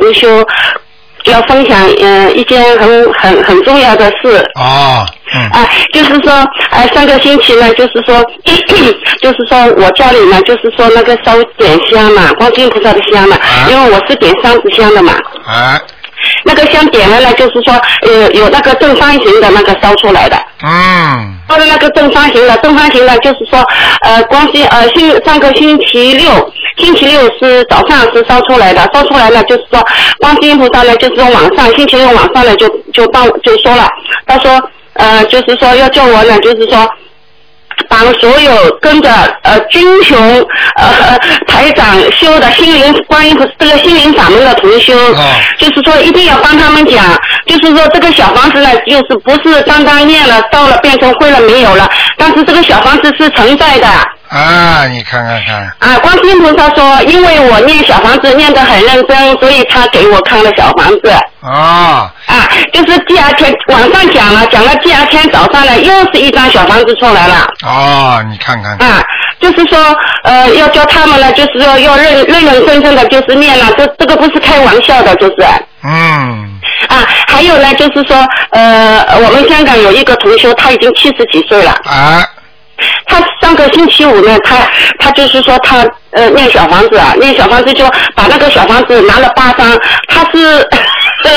同修要分享嗯、呃一件很很很重要的事，哦，嗯，啊，就是说，呃，上个星期呢，就是说， 就是说我家里呢，就是说那个烧点香嘛，观世音菩萨的香嘛，啊因为我是点上子香的嘛，哎，那个香点了呢，就是说，呃，有那个正方形的那个烧出来的，嗯，烧的那个正方形的，正方形的，就是说，呃，光星呃星上个星期六，星期六是早上是烧出来的，烧出来了就是说，观世音菩萨呢，就是说晚上星期六晚上呢就就帮就说了，他说呃就是说要叫我呢，就是说。把所有跟着呃军雄呃台长修的心灵观音菩这个心灵法门的同修，哦就是说一定要帮他们讲，就是说这个小房子呢，就是不是单单念了烧了变成灰了没有了，但是这个小房子是存在的。啊，你看看看，啊，观世音菩萨说，因为我念小房子念得很认真，所以他给我看了小房子。哦，啊，就是第二天晚上讲了，讲了第二天早上呢，又是一张小房子出来了。哦，你看看，啊，就是说，呃，要教他们呢，就是说要认认认真真的，就是念了，这这个不是开玩笑的，就是。嗯，啊，还有呢，就是说，呃，我们香港有一个同修，他已经七十几岁了。哎，他上个星期五呢，他他就是说他呃念小房子啊，念小房子就把那个小房子拿了八张，他是。 呃，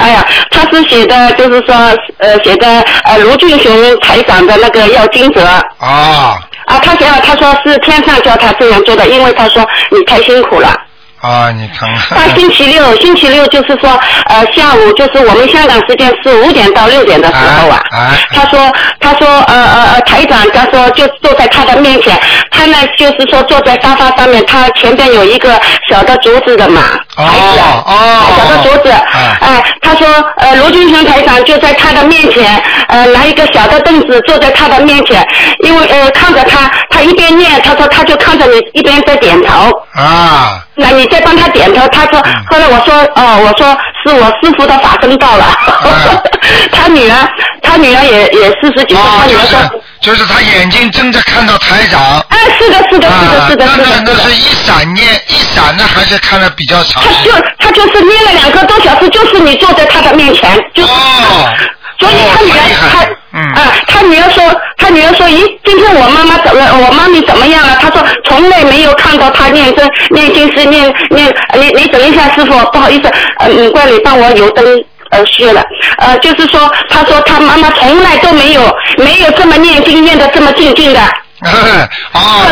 哎呀，他是写的，就是说，呃，写的呃，卢俊雄台长的那个要经者啊，哦，他写了，他说是天上叫他这样做的，因为他说你太辛苦了。哦，你看到看，星期 六，星期六就是说，呃，下午就是我们香港时间是五点到六点的时候啊。啊啊他说，他说，呃呃呃，台长，他说就坐在他的面前，他呢就是说坐在沙发上面，他前边有一个小的竹子的嘛，哦孩子啊哦小的竹子，啊哎、他说，呃，罗军雄台长就在他的面前，呃，拿一个小的凳子坐在他的面前，因为呃看着他，他一边念，他说他就看着你一边在点头。啊，嗯那你再帮他点头，他说，后来我说，哦，我说是我师傅的法身到了，啊 他女儿，他女儿也也四十几岁，哦他，女就儿说，是就是他眼睛睁着看到台长，哎，是的，是的，是的，啊，是的，那是那的，那是是的。一闪念一闪呢，还是看的比较长他时就间？他就是念了两个多小时，就是你坐在他的面前，就是哦，所以他女哦儿厉害他嗯啊，他女儿说，他女儿说，咦，今天我妈妈怎么，我妈咪怎么样了？她说从来没有看到她念真念经是念念，你你等一下，师傅，不好意思，呃，你怪你帮我油灯。呃，谢了，呃，就是说，她说她妈妈从来都没有没有这么念经念的这么静静的。 后来等哦，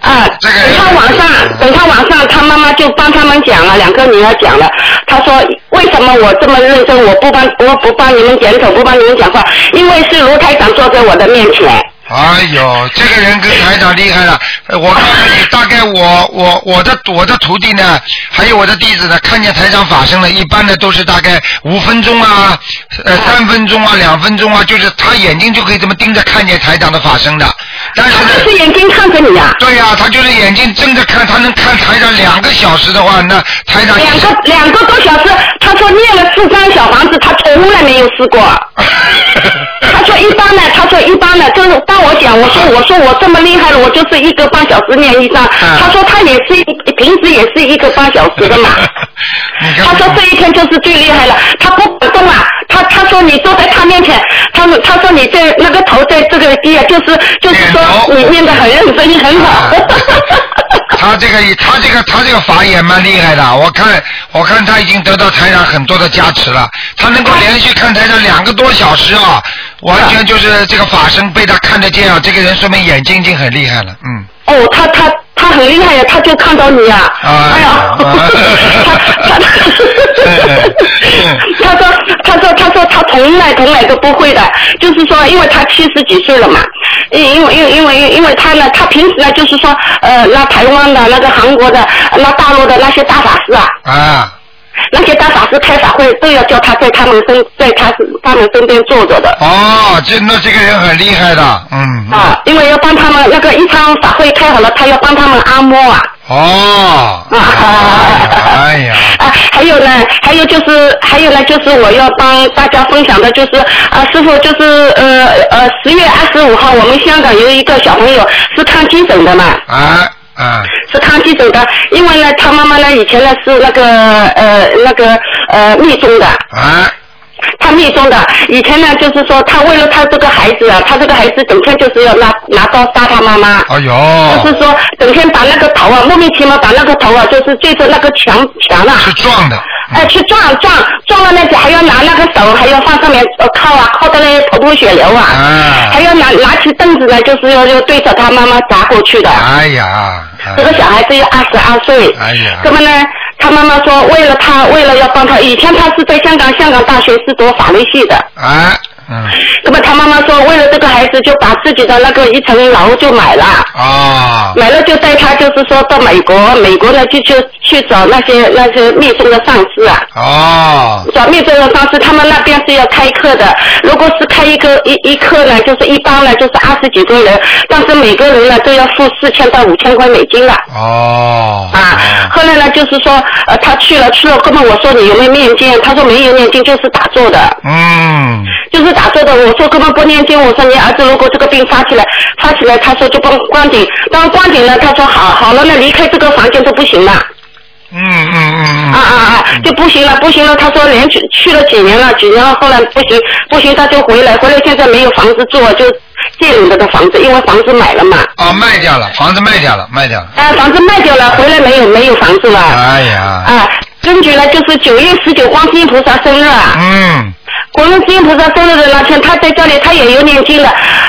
她啊、这个等她晚上，等她晚上，她妈妈就帮他们讲了，两个女儿讲了，她说为什么我这么认真，我不帮，我不帮你们点头，不帮你们讲话，因为是卢台长坐在我的面前。那哎呦，这个人跟台长厉害了。呃我告诉你，大概我我我的我的徒弟呢，还有我的弟子呢，看见台长法身了，一般的都是大概五分钟啊，呃三分钟啊，两分钟啊，就是他眼睛就可以这么盯着看见台长的法身的。但是啊他呢就，是眼睛看着你啊呀、对呀、他就是眼睛睁着看，他能看台长两个小时的话，那台长两个两个多小时，他说念了四张小房子，他从来没有试 过。他说一般呢，他说一般呢，就是当我讲，我说我说我这么厉害了，我就是一个半小时念一张。啊他说他也是一平时也是一个半小时的嘛。 你看他说这一天就是最厉害了，他不敢动啊，他他说你坐在他面前，他们他说你这那个头在这个低啊，就是就是说点哎头啊你念得很认真，很好。他这个他这个他这个法也蛮厉害的，我看我看他已经得到台长很多的加持了，他能够连续看台长两个多小时啊，完全就是这个法身被他看得见啊，这个人说明眼睛已经很厉害了，嗯，哦，他他他很厉害呀，他就看到你呀、哎哎呀呀，他他他说他说他说他从来从来都不会的，就是说，因为他七十几岁了嘛，因因为因为因为因为他呢，他平时呢就是说，呃，那台湾的那个韩国的那大陆的那些大法师啊，啊，那些大法师开法会都要叫他在他们身在他他们身边坐着的。哦，这那这个人很厉害的，嗯，啊，因为要帮他们那个一场法会开好了，他要帮他们按摩啊。 哦，啊哎呀，啊，还有呢，还有就是，还有呢，就是我要帮大家分享的，就是啊，师傅，就是呃呃，十月二十五号，我们香港有一个小朋友是看急诊的嘛，哎呀，哎啊是他寄走的，因为呢，他妈妈呢以前呢是那个呃那个呃密宗的，啊他密宗的，以前呢就是说他为了他这个孩子啊，他这个孩子整天就是要拿拿刀杀他妈妈。哎呦，就是说，整天把那个头啊，莫名其妙把那个头啊，就是对着那个墙墙啊，是撞的，嗯哎，去撞撞撞了那些，还要拿那个手，还要放上面呃靠啊，靠的那头破血流啊，啊还要拿拿起凳子呢，就是要要对着他妈妈砸过去的。哎呀，这个小孩子有二十二岁，哎呀那么呢，他妈妈说为了他，为了要帮他，以前他是在香港香港大学是读法律系的，哎，嗯，那么他妈妈说为了这个孩子就把自己的那个一层楼就买了。啊，买了就带他，就是说到美国，美国呢就去去找那些那些密宗的上师啊，哦，找密宗的上师，他们那边是要开课的。如果是开一个一一课呢，就是一班呢就是二十几个人，但是每个人呢都要付四千到五千块美金了。哦，啊，后来呢，就是说，呃，他去了，去了，根本我说你有没有念经？他说没有念经，就是打坐的，嗯，就是打坐的。我说根本不念经，我说你儿子如果这个病发起来，发起来，他说就关关顶，当关顶了，他说好好了，那离开这个房间都不行了，嗯嗯嗯啊嗯，啊啊，就不行了，不行了，他说连去去了几年了，几年了，后来不行不行，他就回来，回来现在没有房子住了，就借人家的房子，因为房子买了嘛。哦，卖掉了，房子卖掉了，卖掉了，啊，房子卖掉了，回来没有没有房子了。哎呀，啊，根据呢，就是九月十九观世音菩萨生日啊，嗯，观世音菩萨生日的那天，他在家里他也有念经的，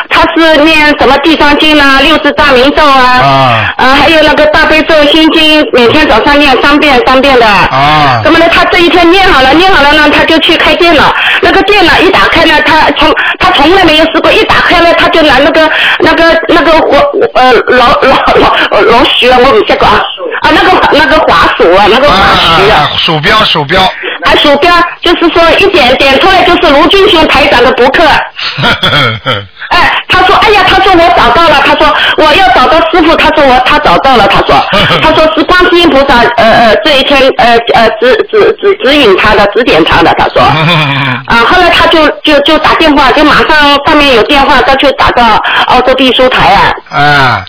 他是念什么地藏经啦、六字大明咒啊，啊啊，还有那个大悲咒心经，每天早上念三遍三遍的。啊那，么呢，他这一天念好了，念好了呢，他就去开电脑。那个电脑一打开呢，他从他从来没有试过，一打开呢，他就拿那个那个那个火呃老老老老鼠啊，我们这个啊啊那个那个滑鼠啊，那个啊滑鼠啊啊，鼠标鼠标，啊，鼠标就是说一点点出来就是卢俊雄台长的博客。呵呵呵，哎，他说，哎呀，他说我找到了，他说我要找到师傅，他说我他找到了，他说他说是观世音菩萨，呃呃，这一天呃呃指指指指引他的，指点他的，他说。啊，后来他就就就打电话，就马上上面有电话，他就打到澳洲秘书台啊，啊，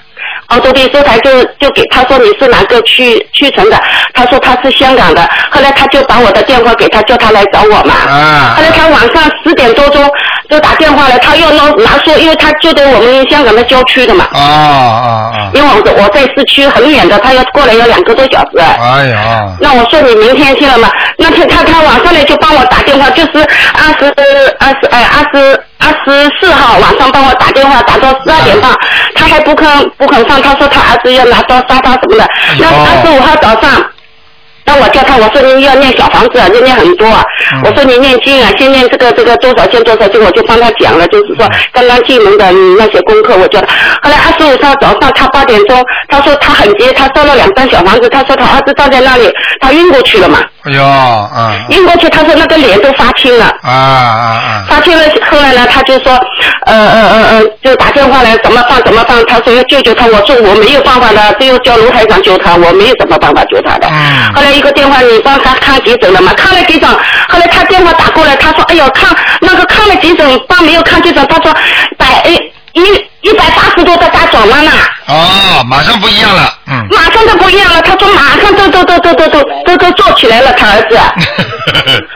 澳洲秘书台就就给他说你是哪个区区城的，他说他是香港的，后来他就把我的电话给他，叫他来找我嘛。啊后来他晚上十点多钟就打电话来，他又拿拿说，因为他就在我们香港的郊区的嘛，啊啊因为我我在市区很远的，他要过来要两个多小时。啊，哎呀，那我说你明天去了嘛？那天他他晚上来就帮我打电话，就是二十二十哎二十二十四号晚上帮我打电话，打到十二点嗯半，他还不肯不肯上，他说他儿子要拿刀杀他什么的。那哦二十五号早上。那我叫他，我说你要念小房子啊，要念很多啊。嗯我说你念经啊，先念这个这个多少经多少经，我就帮他讲了，就是说刚刚进门的嗯那些功课，我叫他。后来二十五号早上他八点钟，他说他很急，他烧了两张小房子，他说他儿子站在那里，他晕过去了嘛，哎呦，啊晕过去，他说那个脸都发青了。啊啊发青了，后来呢，他就说，呃呃呃呃，就打电话来怎么办怎么办？他说要救救他，我说我没有办法的，只有叫卢台长救他，我没有什么办法救他的。嗯后来一个电话，你帮他看急诊了吗？看了急诊，后来他电话打过来，他说，哎呦，看那个看了急诊，但没有看急诊，他说百哎一一百八十多的打转弯了。啊，哦，马上不一样了，嗯。马上就不一样了，他说马上都都都都都都都都做起来了，他儿子。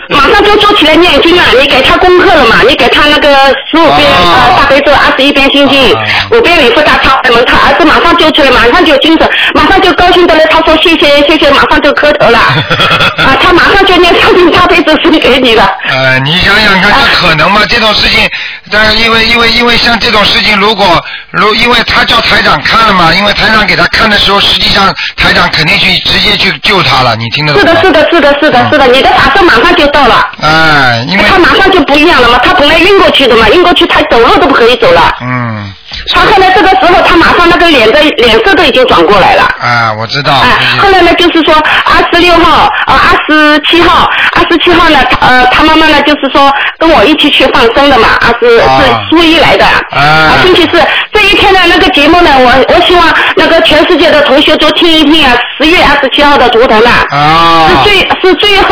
马上就做起来念经了，你给他功课了嘛？你给他那个十五遍、哦呃大悲咒，二十一遍心经哦，五遍礼佛大忏悔文，他儿子马上就出来，马上就精神，马上就高兴的了。他说谢谢谢谢，马上就磕头了。啊，他马上就念三遍大悲咒送给你啊了。呃，你想想看，这可能吗？这种事情，但是因为因为因为像这种事情，如果如因为他叫台长看了嘛，因为台长给他看的时候，实际上台长肯定去直接去救他了，你听得是懂吗？的，是的，是的，是的，是的，你的法身马上就到了。嗯哎、因为他马上就不一样了嘛，他本来晕过去的嘛，晕过去他走路都不可以走了。嗯他后来这个时候，他马上那个脸的脸色都已经转过来了。啊，我知道，啊最，近后来呢，就是说二十六号，呃，二十七号，二十七号呢，他呃，他妈妈呢，就是说跟我一起去放生的嘛，二十啊是初一来的，啊星期四，这这一天的那个节目呢，我我希望那个全世界的同学都听一听啊，十月二十七号的图腾啊，啊是，最是最后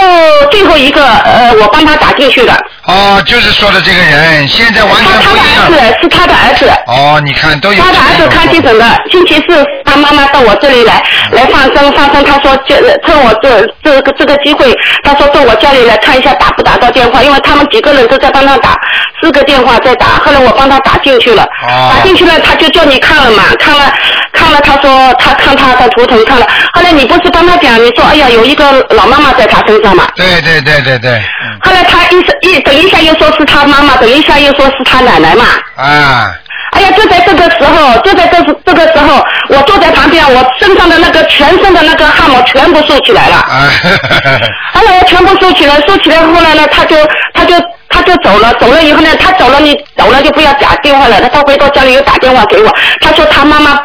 最后一个呃，我帮他打进去的，哦，就是说的这个人，现在他完全他不的一样。儿子是他的儿子。哦，你看都有他这的儿子种看急诊的，星期四他妈妈到我这里来嗯来放生，放生他说就趁我这这个这个机会，他说到我家里来看一下打不打到电话，因为他们几个人都在帮他打四个电话在打，后来我帮他打进去了，哦打进去了他就叫你看了嘛，看了看了他说他看他的图腾看了，后来你不是帮他讲你说哎呀有一个老妈妈在他身上嘛，对对对对对，嗯后来他一时一等一下又说是他妈妈，等一下又说是他奶奶嘛。啊，哎呀，就在这个时候，就在这这个时候，我坐在旁边，我身上的那个全身的那个汗毛全部竖起来了。啊，呵呵呵哎呀，我全部竖起来，竖起来，后来呢，他就他就他就走了，走了以后呢，他走了，你走了就不要打电话了。他回到家里又打电话给我，他说他妈妈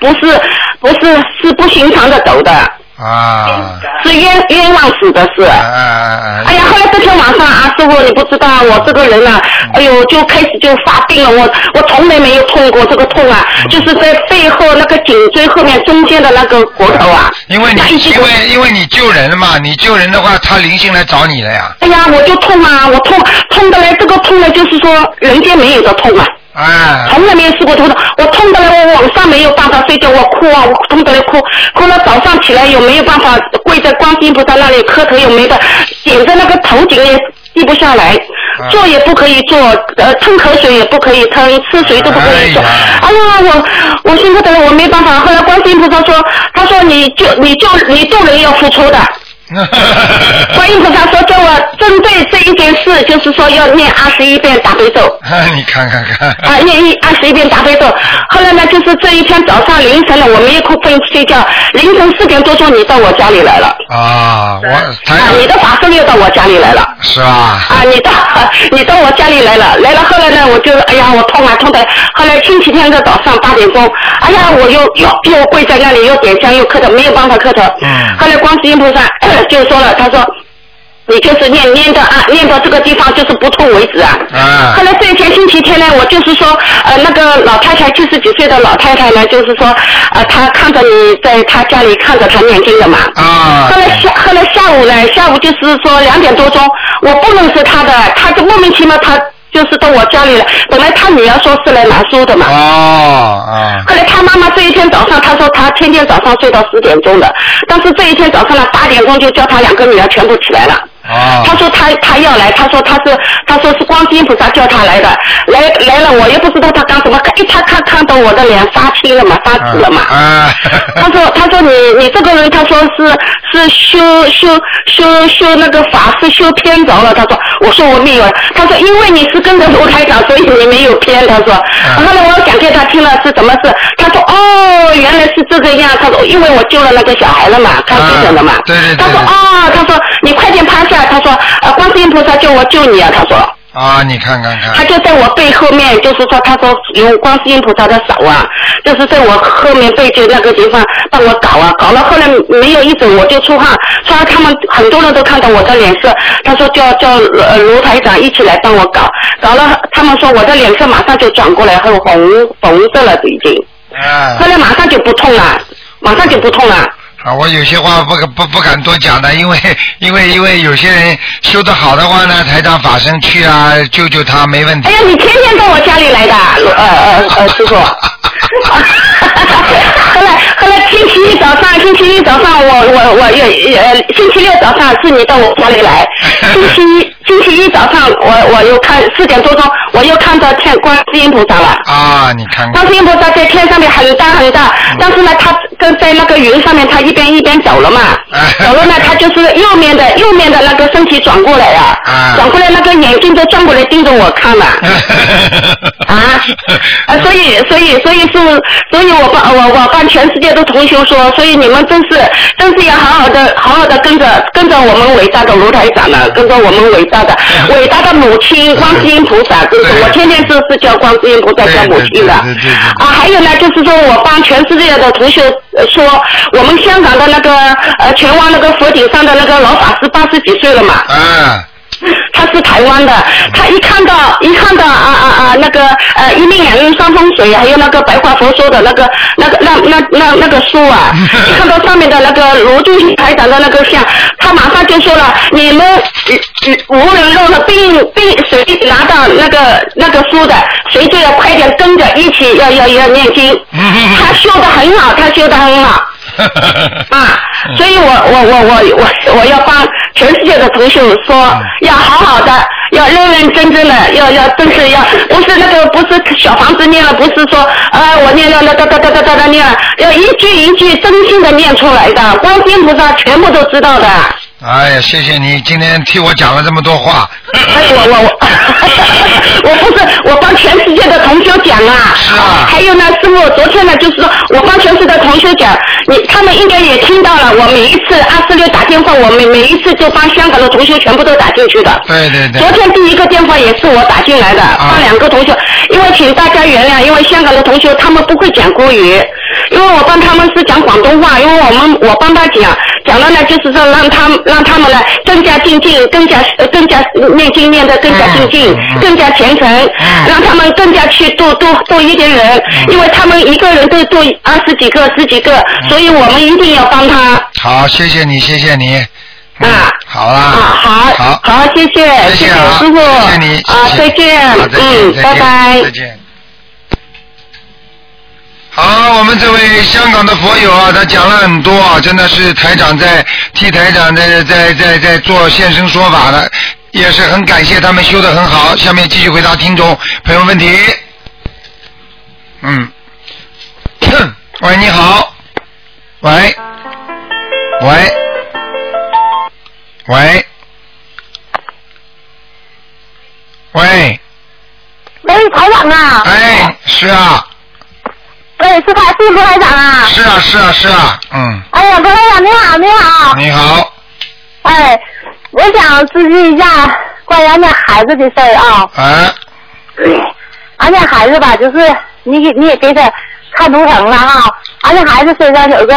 不是不是是不寻常的走的，啊，是冤冤枉死的是。啊啊嗯哎呀，后来这天晚上啊，师傅你不知道我这个人啊，哎呦，就开始就发病了。我我从来没有痛过这个痛啊，嗯就是在背后那个颈椎后面中间的那个骨头啊。因为你那一直因为因为你救人了嘛，你救人的话，他灵性来找你了呀。哎呀，我就痛啊，我痛痛的嘞，这个痛呢，就是说人间没有的痛啊，哎，从来没有试过痛的。我痛的嘞，我晚上没有办法睡觉，我哭啊，我痛的嘞哭，哭到早上起来又没有办法跪在观世音菩萨那里磕头，又没的，顶着那个头颈也低不下来啊，坐也不可以坐，呃，吞口水也不可以吞，吃水都不可以哎做。呀哎呀，我我现在的我没办法。后来观世音菩萨说，他说你救你救你救人要付出的。观音菩萨说：“叫我针对这一件事，就是说要念二十一遍大悲咒， 你看看啊、看，念一二十一遍大悲咒。后来呢，就是这一天早上凌晨了，我没有空睡觉，凌晨四点多钟你到我家里来了，啊，我台啊，你的长法师又到我家里来了。”是吧？啊，你到你到我家里来了，来了后来呢，我就哎呀，我痛啊痛的。后来星期天的早上八点钟，哎呀，我又又又跪在那里，又点香又磕头，没有办法磕头。嗯后来观世音菩萨 就说了，他说。你就是念念到啊，念到这个地方就是不痛为止啊。啊后来这一天星期天呢，我就是说，呃，那个老太太七十几岁的老太太呢，就是说，呃，她看着你在她家里看着她念经的嘛。啊后，来下后来下午呢，下午就是说两点多钟，我不认识他的，他就莫名其妙他就是到我家里来，本来他女儿说是来拿书的嘛。哦啊，后来他妈妈这一天早上，他说他天天早上睡到十点钟的，但是这一天早上呢，八点钟就叫他两个女儿全部起来了。哦，他说他他要来，他说他是他说是观世音菩萨叫他来的，来来了我也不知道他干什么，一他看看到我的脸发青了嘛，发紫了嘛。啊， 他说：“他说你你这个人，他说是是修修修修那个法是修偏着了。”他说：“我说我没有。”他说：“因为你是跟着卢台长，所以你没有偏。”他说。啊然后呢，我讲给他听了是怎么事，他说：“哦，原来是这个样。”他说：“因为我救了那个小孩了嘛，看急诊了嘛。啊对对对他说：“哦，他说你快点趴下。”他说：“呃，观世音菩萨叫我救你啊。”他说。啊，你看看他看，就在我背后面，就是说，他说用观世音菩萨的手啊，就是在我后面背就那个地方帮我搞啊，搞了后来没有一整我就出汗，出汗他们很多人都看到我的脸色，他说叫叫呃卢台长一起来帮我搞，搞了他们说我的脸色马上就转过来，后红红色了已经，啊后。来马上就不痛了，马上就不痛了。啊，我有些话不不不敢多讲的，因为因为因为有些人修得好的话呢，台长法身去啊，救救他没问题哎。呀，你天天到我家里来的，呃呃呃，师傅。后来后来星期一早上，星期一早上我我我也呃，星期六早上是你到我家里 来，星期一星期一早上我我又看四点多钟，我又看到天观世音菩萨了。啊，你看嗯看观世音菩萨在天上面很大很大，但是呢，他跟在那个云上面，他一边一边 走了嘛哎，走了呢，他就是右面的右面的那个身体转过来啊啊，转过来那个眼睛都转过来盯着我看了。啊啊，所以所以所以是，所以我帮我我帮全世界的同学说，所以你们真是真是要好好的好好的跟着跟着我们伟大的卢台长呢，跟着我们伟 大的伟大的母亲观世音菩萨，跟着对我天天都是叫观世音菩萨叫母亲的对对对对对啊。还有呢，就是说我帮全世界的同学呃说，我们香港的那个呃拳王那个佛顶上的那个老法师八十几岁了嘛，啊他是台湾的，他一看到一看到啊啊啊那个呃一命两运三风水，啊还有那个白话佛说的那个那个那那那那个书啊，一看到上面的那个罗柱台长的那个像，他马上就说了，你们呃呃无人漏了，并并谁拿到那个那个书的，谁就要快点跟着一起要要要念经。他修的很好，他修的很好。啊，所以我我我我我我要帮全世界的同学说，要好好的，要认认真真的，要要真是要，不是那个不是小房子念了，不是说啊我念了那哒哒哒哒哒哒念了，要一句一句真心的念出来的，观世音菩萨全部都知道的。哎呀，谢谢你今天替我讲了这么多话。哎，我我我， 我不是我帮全世界的同学讲啊。是啊还有呢，师傅，昨天呢，就是说我帮全市的同学讲，你他们应该也听到了，我每一次二四六打电话，我每每一次就帮香港的同学全部都打进去的。对对对啊昨，天第一个电话也是我打进来的，帮两个同学，因为请大家原谅，因为香港的同学他们不会讲国语，因为我帮他们是讲广东话，因为我们我帮他讲，讲了呢就是说让他们让他们呢更加精进，更加呃更加念经念得更加精进嗯嗯，哎更加虔诚，让他们更加去度度度一点人，嗯因为他们一个人都度二十几个十几个，所以我们一定要帮他好，谢谢你，谢谢你。嗯啊，好啦。啊，好好，，好，谢谢，谢谢啊，师傅，谢谢你，啊，谢谢再好，再见见嗯，再见拜拜再。见。好，我们这位香港的佛友啊，他讲了很多啊，真的是台长在替台长在在在在做现身说法的，也是很感谢他们修得很好。下面继续回答听众朋友问题。嗯， 喂，你好，喂，喂，喂，喂，喂，台长啊！哎，是啊，喂，是台是卢台长啊！是啊，是啊，是啊，嗯，哎呀，卢台长你好，你好！你好，哎，我想咨询一下关于俺家孩子的事儿啊。哎，俺家孩子吧，就是你给你也给他看图腾了哈、俺家孩子身上有个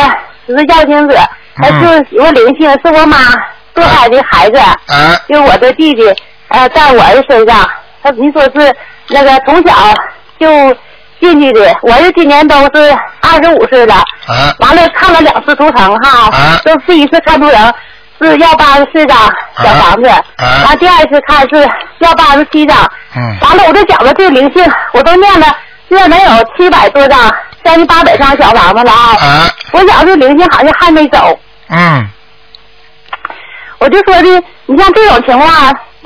就是要经者，他嗯是我灵性，是我妈堕胎的孩子，哎，就我的弟弟，呃，在我儿身上，他你说是那个从小就进去的，我是今年都是二十五岁了。哎，完了看了两次图腾啊哈，这、第一次看图腾是要八十四张小房子，啊完、第二次看是要八十七张，嗯，完了我就觉得这灵性我都念了，现在能有七百多张，将近八百张小房子了啊！哎，我觉得这灵性好像还没走，嗯，我就说的，你像这种情况，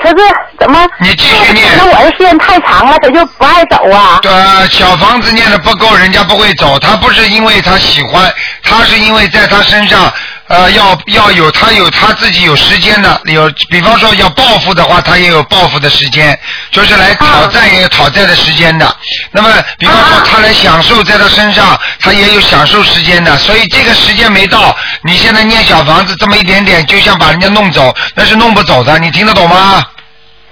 他是怎么？你继续念那我的时间太长了，他就不爱走啊。呃，小房子念的不够，人家不会走。他不是因为他喜欢，他是因为在他身上，呃，要要有他有他自己有时间的，有比方说要报复的话，他也有报复的时间，就是来讨债也有讨债的时间的。那么，比方说他来享受在他身上，他也有享受时间的。所以这个时间没到，你现在念小房子这么一点点，就像把人家弄走，那是弄不走的。你听得懂吗？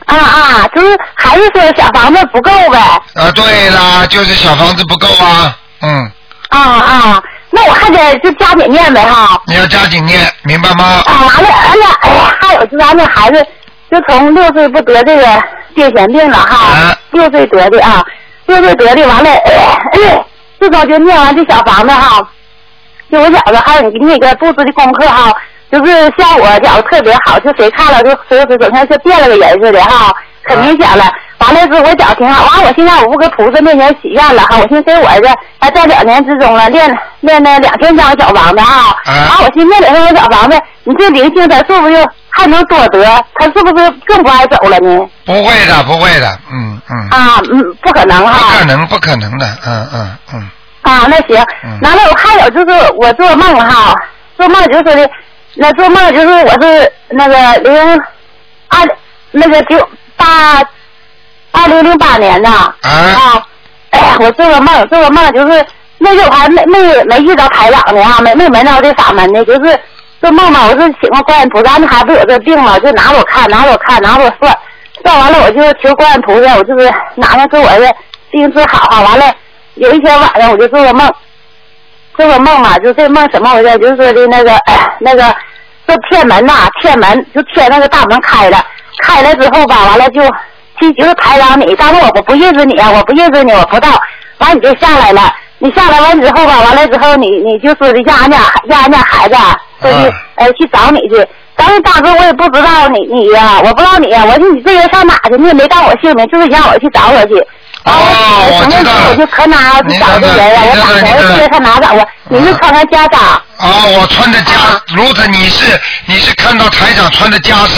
啊啊，就是还是说小房子不够呗。啊，对啦，就是小房子不够啊，嗯，啊啊，那我还得就加紧念呗哈。你要加紧念，明白吗？啊，完了，俺俩，哎呀，还有就是俺那孩子，就从六岁不得这个癫痫病了哈啊，六岁得的啊，六岁得的，完了，哎自从就念完这小房子哈，就我觉得还有你那个布置的功课哈，就是效果觉得特别好，就谁看了就谁谁整天像变了个人似的哈，可明显了。完了之后我觉得挺好，完了我现在我不搁菩萨面前许愿了哈，我先给我儿子，他在两年之中了练练了两千张小房子哈，啊完、我寻思两千张小房子，你这灵性他是不是还能多得？他是不是更不爱走了呢？不会的，不会的，嗯嗯，啊，嗯，不可能不哈。可能，不可能的，嗯嗯嗯，啊，那行嗯。完了，我还有就是我做梦哈，做梦就说的，那做梦就是我是那个零二那个九八二零零八年的啊啊，哎呀我做个梦，做个梦就是那时候还没没没遇到台长呢啊，没没没到这法门呢，就是做梦嘛，我就请问观音菩萨，那还不有这病吗？就拿我看，拿我看，拿我算，算完了我就求观音菩萨，我就是拿上给我的病治好啊。完了有一天晚上我就做个梦，做个梦嘛，就这梦什么回事？就是说的那个、哎那个，这天门呐、天门就天那个大门开了，开了之后吧，完了就祈求台长你，但是我不不认识你啊，我不认识你，我不知道。完你就下来了，你下来完之后吧，完了之后你你就是让人家让人家孩子啊哎说去、嗯呃去找你去。但是当时我也不知道你你呀、我不知道你呀、我说你这人上哪去？你也没报我姓名，就是让我去找我去。完了哦我我知道了我就可哪去找这人了，我你打知道了我你知道了就去他哪找我？嗯你是穿个家长。啊，我穿的袈，如果你是你是看到台长穿的袈裟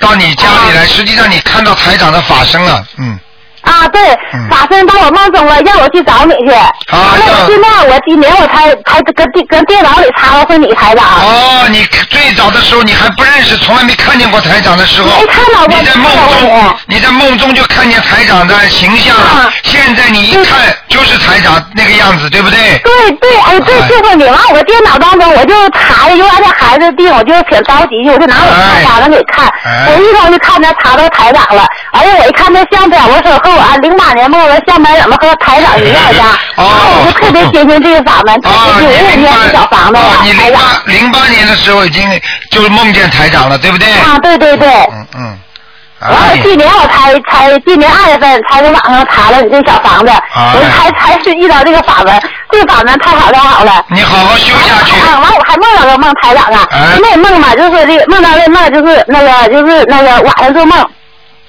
到你家里来，实际上你看到台长的法身了，嗯，啊，对嗯，法身到我梦中了，让我去找你去。啊那那我现在我今年我才才跟地跟电脑里查了是你台长。哦，你最早的时候你还不认识，从来没看见过台长的时候，没看到过你在梦没看到中过，你在梦中就看见台长的形象了啊。现在你一看就是台长那个样子，对不对？对对，哎，对，哎就是你。完，我电脑当中我就查，因为俺这孩子病，我就挺着急，我就拿我哎台长的给看。哎我一头就看见查到台长了，哎呀，我一看这相片，我说和我俺零八年梦的相片怎么和台长一样的？哦然后我就特别坚信这个法门，特啊，别你有人零家小八，房子哎啊了，你台零长。八零八年的时候已经就是梦见台长了，对不对？啊，对对对。嗯嗯。完哎了，去年我才才今年二月份才在网上查了你这小房子，哎我才才是遇到这个法门，这个法门太好太好了。你好好修下去。啊，完我还梦到个梦台长啊哎，那梦吧，就是这个梦到这梦就是那个就是那个晚上做梦，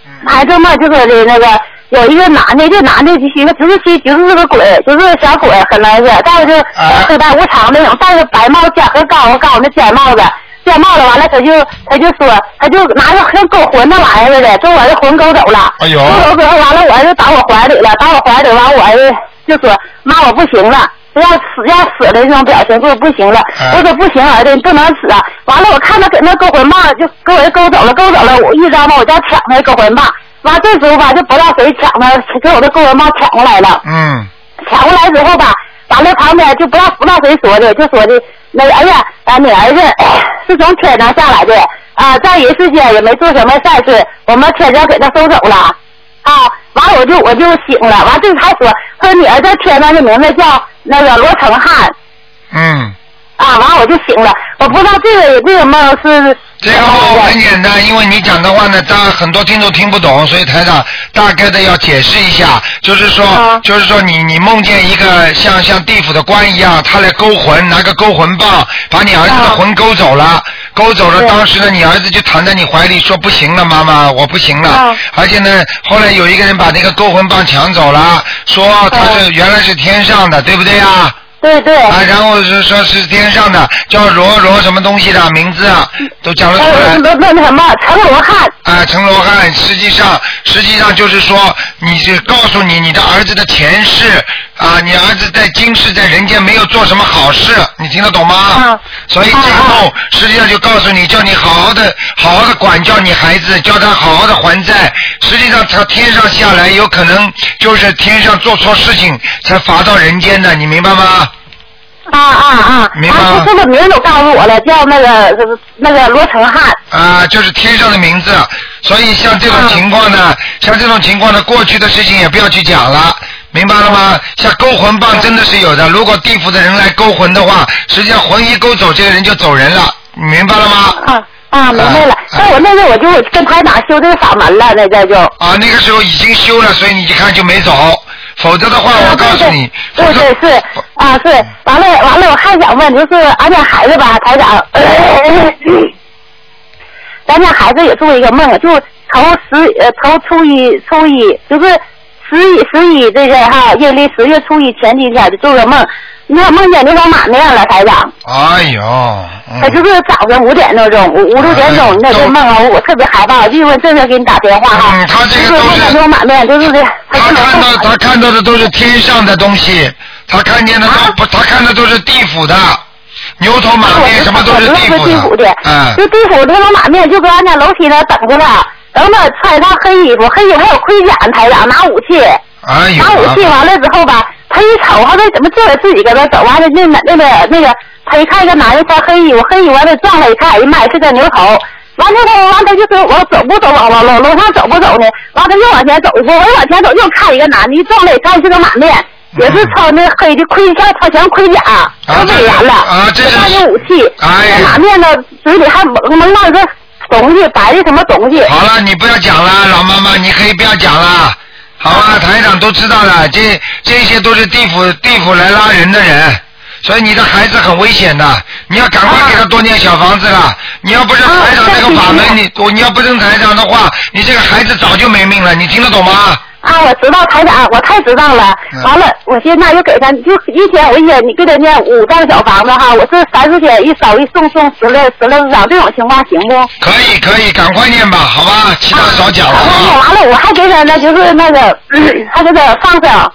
嗯晚上做梦就是的那个有一个男的，这男的就是一个不是其就是个鬼，就是小鬼，很来个，再就是哎黑白无常那种，戴个白帽尖和高高的尖帽子。尖帽子完了，他就他就说，他就拿着像勾魂那玩意儿似的，说我的魂勾走了。哎呦勾走之后完了，我儿子打我怀里了，打我怀里完，我儿子就说妈我不行了，要死要死的那种表情，就是不行了。哎我说不行，儿子你不能死啊。完了，我看他给那勾魂棒就给我勾走了，勾走了，我一招嘛，我就要抢那勾魂棒。完这时候吧，就不知道谁抢的，给我的勾魂棒抢过来了。嗯，抢过来之后吧，完了旁边就不知道不知道谁说的，就说的那个哎呀，啊你儿子 哎是从天上下来的啊，在人世间也没做什么善事，我们天上给他收走了啊。完了我就我就醒了，完了这还说说你儿子天上的名字叫那个罗成汉嗯，啊，完了我就醒了，我不知道这个这个梦是这个梦很简单，因为你讲的话呢，大家很多听众听不懂，所以台长大概的要解释一下，就是说，啊就是说你你梦见一个像像地府的官一样，他来勾魂，拿个勾魂棒把你儿子的啊魂勾走了，勾走了。对当时呢，你儿子就躺在你怀里说不行了，妈妈，我不行了。啊而且呢，后来有一个人把那个勾魂棒抢走了，说他是、啊原来是天上的，对不对啊？对对，啊，然后是说是天上的，叫罗罗什么东西的名字啊，都讲了出呃来。那那那什么陈罗汉啊，陈罗汉，实际上实际上就是说，你是告诉你你的儿子的前世啊，你儿子在今世在人间没有做什么好事，你听得懂吗？啊所以这个梦实际上就告诉你，叫你好好的好好的管教你孩子，教他好好的还债。实际上他天上下来有可能就是天上做错事情才罚到人间的，你明白吗？啊啊啊！明白吗啊这个名儿都告诉我了，叫那个那个罗成汉。啊、就是天上的名字，所以像这啊种情况呢，像这种情况呢，过去的事情也不要去讲了，明白了嗯吗？像勾魂棒真的是有的，如果地府的人来勾魂的话，实际上魂一勾走，这个人就走人了，你明白了吗？啊啊，明白了啊。那、我那个我就跟台长修这个法门了，那个就。啊，那个时候已经修了，所以你一看就没走，否则的话，啊我嗯告诉你，对否对则对对是啊是，完了完了，我还想问，就是俺家孩子吧，台长，咱家孩子也做一个梦，就从十呃从初一初一，就是十一十一这个哈，阴历十月初一前几天就做个梦，那梦见那老马那样了，台长。哎呦，嗯哎他就是早上五点多钟，五五六点钟，你在这梦啊，我特别害怕，我就问这才给你打电话哈。嗯他这个就都是梦见我满面，就是的，他就看到老他看到的都是天上的东西，他看见的都不，他看的都是地府的，牛头马面什么都是地啊我府就地府的，嗯，就地府的老满面就搁俺家楼梯那等着他，等他穿上黑衣服，黑衣服还有盔甲，台长拿武器，哎呦，拿武器完了之后吧，他一瞅，他说怎么这个自己搁那走，完了那那那个那个，他一看一个男的穿黑衣服，黑衣服完了撞他一看，哎呀妈呀，是个牛头。完了他完他就说我走不走往往楼楼上走不走呢？完他又往前走一步，我又往前走又看一个男的，一撞了一看是个满面，也是穿那黑的盔甲，穿全盔甲，啊可美这然了，啊这是拿着武器，哎呀那满面呢嘴里还蒙蒙到一个东西，白的什么东西。好了，你不要讲了，老妈妈，你可以不要讲了，好啊吧？台长都知道了，这这些都是地府地府来拉人的人，所以你的孩子很危险的，你要赶快给他多念小房子了。你要不啊是台长这个法门，你我你要不是台长的话，你这个孩子早就没命了，你听得懂吗？啊，我知道台长，我太知道了。嗯完了，我现在又给他，就一天我一天你给他念五张小房子哈，我是三四天一烧一送送十来十来张，这种情况行不？可以可以，赶快念吧，好吧？其他少讲了啊。完了，我还给他呢，就是那个，嗯还给他放生，啊，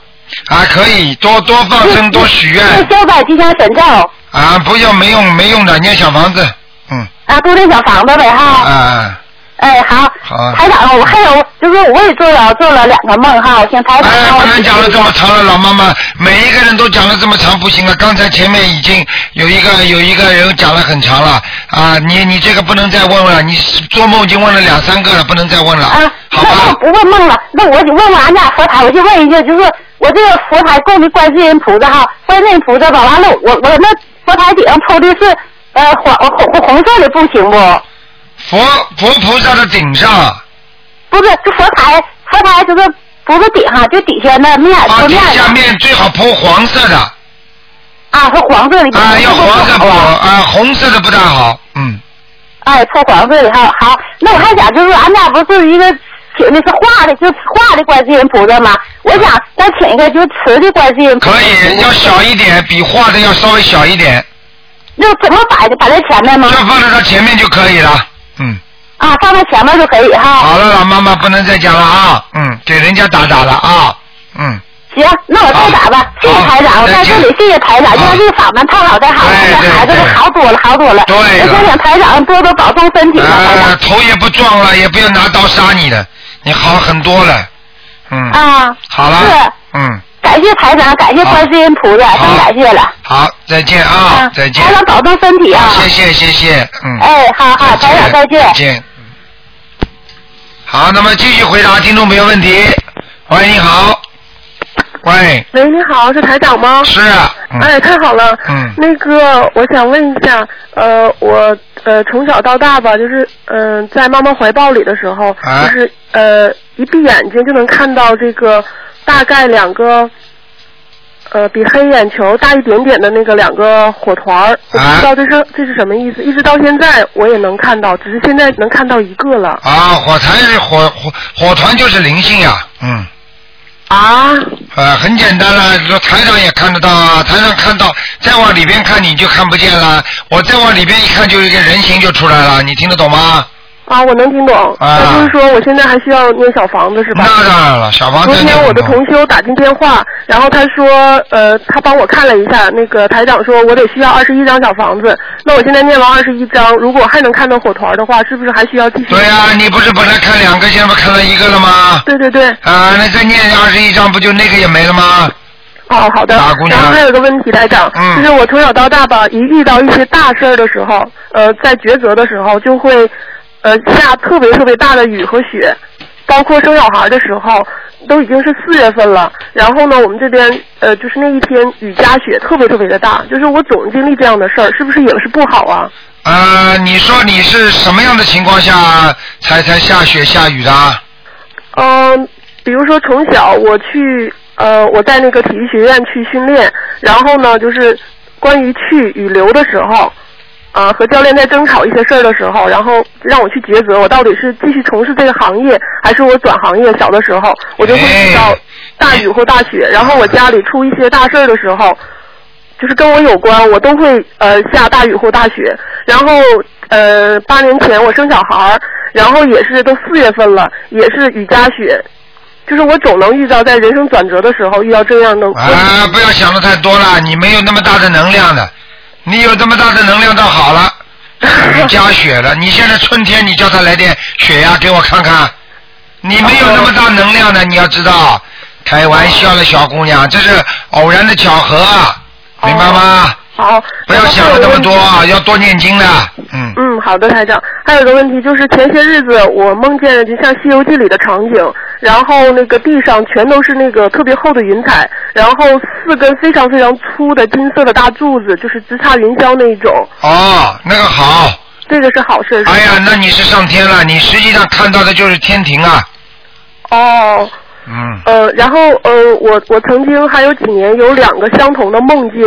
可以多多放生，多许愿消灾吉祥神咒啊！不要没用没用的，念小房子，嗯啊，多点小房子呗哈。啊。哎，好，好啊台长，我还有就是我也做了做了两个梦哈，我请台长。哎，不能讲了这么长了，老妈妈，每一个人都讲了这么长不行啊！刚才前面已经有一个有一个人讲了很长了啊，你你这个不能再问了，你做梦已经问了两三个了，不能再问了，啊，好那我吧？不问梦了，那我就问问俺家佛台，我就问一下，就是我这个佛台供的观世音菩萨哈，观世音菩萨吧，完了我我那佛台顶上铺的是呃黄红红色的，不行不？佛佛菩萨的顶上不是，这佛台佛台就是不是顶哈，就底下那面啊，铺底面下的面最好铺黄色的啊，是黄色的，啊，要黄色不铺好啊。啊，红色的不大好，嗯，哎，铺黄色的哈，好，那我还想就是俺家不是一个请的是画的，就是画的观世音菩萨吗？我想再请一个就是瓷的观世音菩萨。可以，要小啊一点，比画的要稍微小一点，那怎么摆的？摆在前面吗就？放在它前面就可以了，嗯。啊，放在前面就可以哈。好了，老妈妈不能再讲了啊，嗯，给人家打打了啊，嗯，行，那我再打吧好。谢谢台长，我在这里谢谢台长，好哎因为这个法门太好太好了，对现在孩子对都对好多了，好多了。对我了想请台长多多保重身体吧，台呃，长。头也不撞了，也不要拿刀杀你了，你好很多了，嗯，啊，好了是，嗯，感谢台长，感谢好观世音菩萨，好真感谢了。好，再见啊啊，，再见台，长保重身体啊。谢谢谢谢，嗯，哎，好好，台长再见再。见。嗯好，那么继续回答听众朋友问题。喂，你好，喂，喂，你好，是台长吗？是啊，嗯，哎，太好了。嗯那个，我想问一下，呃，我呃从小到大吧，就是嗯、呃在妈妈怀抱里的时候，啊就是呃一闭眼睛就能看到这个大概两个。呃，比黑眼球大一点点的那个两个火团儿，我不啊知道这是这是什么意思，一直到现在我也能看到，只是现在能看到一个了啊，火团是火火火团就是灵性呀、嗯。啊呃，很简单了，说台上也看得到啊，台上看到，再往里边看你就看不见了，我再往里边一看就一个人形就出来了，你听得懂吗？啊！我能听懂，啊那就是说我现在还需要念小房子是吧？那当然了，小房昨子天我的同修打进电话，然后他说，呃，他帮我看了一下，那个台长说我得需要二十一张小房子，那我现在念完二十一张，如果还能看到火团的话，是不是还需要继续？对呀、你不是本来看两个，现在不看到一个了吗？对对对，啊、那再念二十一章，不就那个也没了吗？哦，好的。大姑娘然后还有个问题，台长，嗯就是我从小到大吧，一遇到一些大事儿的时候，呃，在抉择的时候就会，呃，下特别特别大的雨和雪，包括生小孩的时候，都已经是四月份了。然后呢，我们这边呃，就是那一天雨夹雪特别特别的大，就是我总经历这样的事儿，是不是也是不好啊？呃，你说你是什么样的情况下才才下雪下雨的啊？嗯、比如说从小我去呃我在那个体育学院去训练，然后呢就是关于去与留的时候，啊、和教练在争吵一些事儿的时候，然后让我去抉择，我到底是继续从事这个行业，还是我转行业？小的时候我就会遇到哎大雨或大雪，然后我家里出一些大事儿的时候。就是跟我有关，我都会呃下大雨或大雪。然后呃八年前我生小孩儿，然后也是都四月份了，也是雨夹雪。就是我总能遇到在人生转折的时候遇到这样的问题。啊，不要想的太多了，你没有那么大的能量的，你有这么大的能量倒好了。雨加雪了，你现在春天你叫他来点雪呀、给我看看，你没有那么大能量的，你要知道，开玩笑的小姑娘，这是偶然的巧合啊，哦明白吗？好，不要想的那么多啊，要多念经的，嗯，嗯，好的，台长。还有一个问题就是，前些日子我梦见了就像《西游记》里的场景，然后那个地上全都是那个特别厚的云彩，然后四根非常非常粗的金色的大柱子，就是直插云霄那一种。哦，那个好，这个是好事。是吧哎呀，那你是上天了，你实际上看到的就是天庭啊。哦，嗯，呃，然后呃，我我曾经还有几年有两个相同的梦境，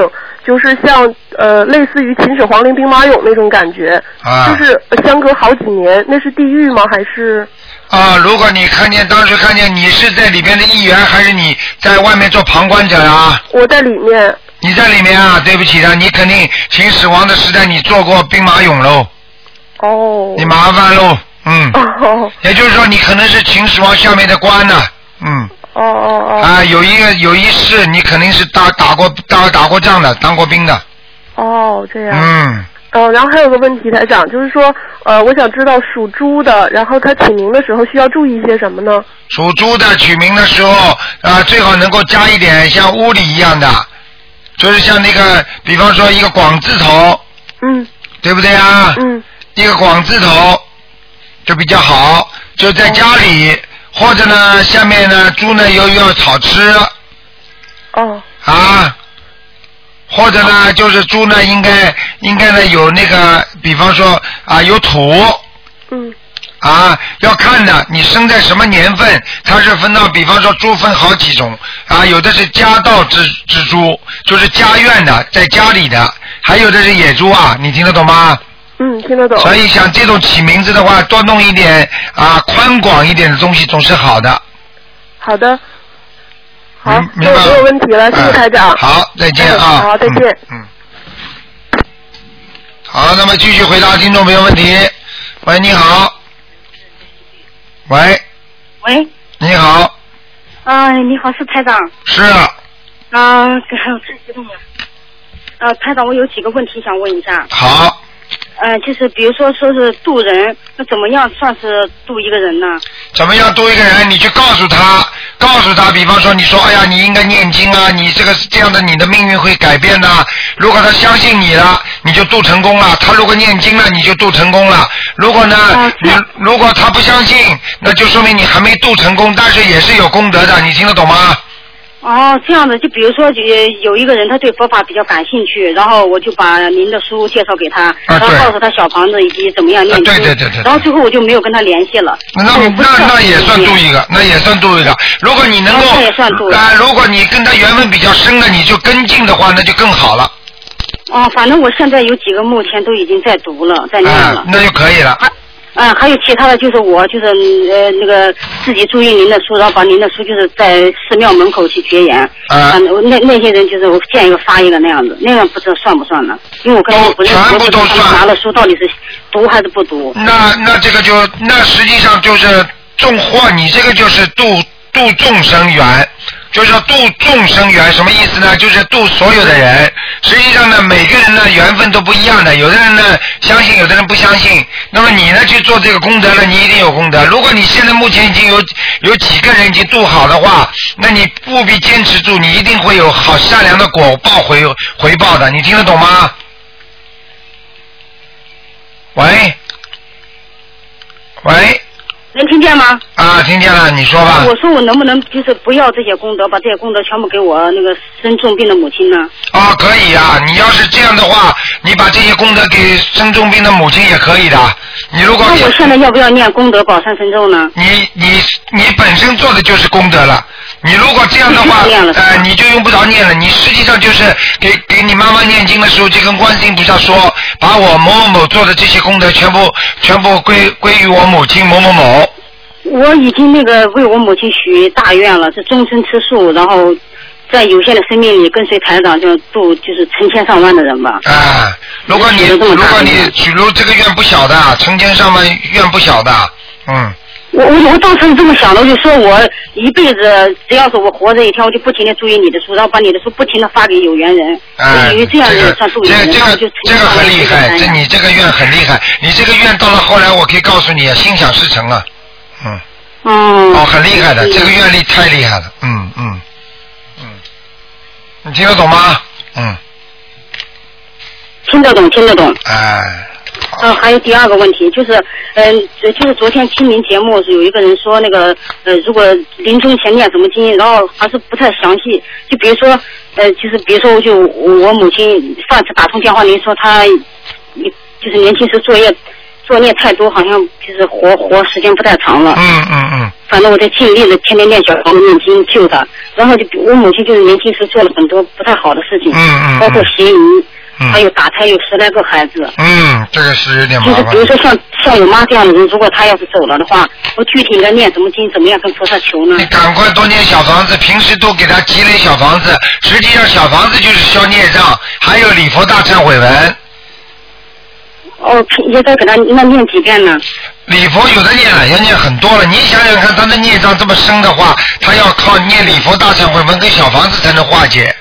就是像呃类似于秦始皇陵兵马俑那种感觉，啊就是呃相隔好几年，那是地狱吗？还是啊，如果你看见当时看见你是在里边的一员，还是你在外面做旁观者啊？我在里面？你在里面啊？对不起的，你肯定秦始皇的时代你做过兵马俑喽，哦，你麻烦喽，嗯，哦也就是说你可能是秦始皇下面的官呢、嗯，哦哦哦啊，有一个有一世你肯定是打打过打打过仗的，当过兵的，哦，这样。嗯，嗯，然后还有个问题，台长，就是说，呃，我想知道属猪的，然后他起名的时候需要注意些什么呢？属猪的取名的时候啊、最好能够加一点像屋里一样的，就是像那个，比方说一个广字头，嗯对不对啊？嗯一个广字头就比较好，就在家哦里，或者呢，下面呢猪呢又要草吃哦啊，或者呢就是猪呢应该应该呢有那个，比方说啊有土嗯啊，要看的你生在什么年份，它是分到，比方说猪分好几种啊，有的是家道之之猪，就是家院的，在家里的，还有的是野猪啊，你听得懂吗？嗯，听得懂。所以像这种起名字的话，多弄一点啊宽广一点的东西总是好的。好的，好，明嗯没明有白没有了问题了，谢谢嗯台长。好，再见啊。嗯好再见嗯。嗯好，那么继续回答听众朋友问题。喂，你好。喂，喂，你好，啊、你好，是台长。是啊、呃，真激动啊！呃，台长，我有几个问题想问一下。好，呃，就是比如说，说是渡人，那怎么样算是渡一个人呢？怎么样多一个人？你去告诉他，告诉他，比方说你说，哎呀，你应该念经啊，你这个是这样的，你的命运会改变的。啊如果他相信你了，你就渡成功了；他如果念经了，你就渡成功了。如果呢，啊哦这你样如果他不相信，那就说明你还没渡成功，但是也是有功德的，你听得懂吗？哦，这样的，就比如说，有有一个人他对佛法比较感兴趣，然后我就把您的书介绍给他，然后啊对告诉他小房子以及怎么样念经，啊对对对对对然后最后我就没有跟他联系了。啊那我不知道那那也怎么算念渡一个，那也算渡一个。如果你能够哦那也算渡一个啊、如果你跟他缘分比较深的，你就跟进的话，那就更好了，哦，反正我现在有几个目前都已经在读了，在啊、念了。那就可以了。还嗯，还有其他的就是我就是呃那个自己注意您的书，然后把您的书就是在寺庙门口去结缘。啊嗯我那那些人就是我见一个发一个那样子，那样不知道算不算呢？因为我跟他们不认都识，全我不部知都道他算们拿了书到底是读还是不读。那那这个就那实际上就是种祸，你这个就是度度众生缘，就是说度众生缘什么意思呢？就是度所有的人。实际上呢，每个人的缘分都不一样的，有的人呢相信，有的人不相信。那么你呢去做这个功德呢，你一定有功德。如果你现在目前已经有有几个人已经度好的话，那你务必坚持住，你一定会有好善良的果报回回报的。你听得懂吗？喂，喂，能听见吗？啊，听见了，你说吧。我说我能不能就是不要这些功德，把这些功德全部给我那个生重病的母亲呢？啊，可以啊，你要是这样的话，你把这些功德给生重病的母亲也可以的。你如果那我现在要不要念功德宝山神咒呢？你你你本身做的就是功德了。你如果这样的你就话不 念了，是吧呃，你就用不着念了。你实际上就是给给你妈妈念经的时候，就跟观世音菩萨说，把我某某某做的这些功德全部全部归归于我母亲某某某。我已经那个为我母亲许大愿了，是终身吃素，然后在有限的生命里跟随台长，就度就是成千上万的人吧。啊，如果你许了这么如大果你愿许如这个愿不小的，成千上万愿不小的，嗯。我我我当时是这么想的，我就说我一辈子只要是我活着一天，我就不停的注意你的书，然后把你的书不停的发给有缘人，哎我以为，这样也算度这有个缘，这然后个就这成个千上这个万很的厉害，这人。你这个愿很厉害，你这个愿到了后来，我可以告诉你，心想事成啊，嗯，嗯。哦，很厉害的，嗯这个愿力太厉害了，嗯嗯嗯，你听得懂吗？嗯，听得懂，听得懂。哎，好嗯，还有第二个问题就是，嗯、呃，就是昨天听您节目是有一个人说那个，呃，如果临终前念什么经，然后还是不太详细，就比如说，呃，就是比如说就我我母亲上次打通电话，您说她一就是年轻时作业作孽太多，好像就是活活时间不太长了。嗯嗯嗯，反正我在尽力的天天练小房子念经救他，然后就我母亲就是年轻时做了很多不太好的事情，嗯嗯包括邪淫，嗯还有打胎有十来个孩子。嗯，这个是有点就麻是烦比。如说像像我妈这样的人，如果她要是走了的话，我具体应该念什么经，怎么样跟菩萨求呢你？赶快多念小房子，平时多给他积累小房子。实际上，小房子就是消孽障，还有礼佛大忏悔文。哦，也该给她那念几遍呢？礼佛有的念了，要念很多了。你想想看，他的孽障这么深的话，他要靠念礼佛大忏悔文跟小房子才能化解。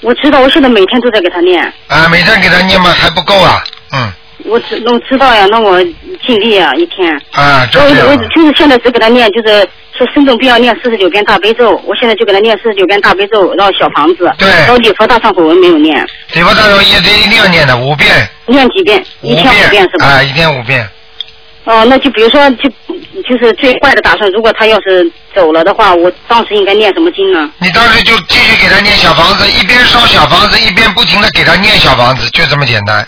我知道，我现在每天都在给她念，啊，每天给他念嘛还不够啊，嗯，我知那我知道呀，那我尽力啊，一天。啊，就我这我样。就是现在只给她念，就是说生重病要念四十九遍大悲咒，我现在就给她念四十九遍大悲咒，然后小房子，对然后礼佛大忏悔文没有念，礼佛大忏悔文也得一定要念的五遍，念几遍？一五天五遍是吧？啊，一天五遍。哦，那就比如说，就就是最坏的打算，如果他要是走了的话，我当时应该念什么经呢？你当时就继续给他念小房子，一边烧小房子，一边不停的给他念小房子，就这么简单。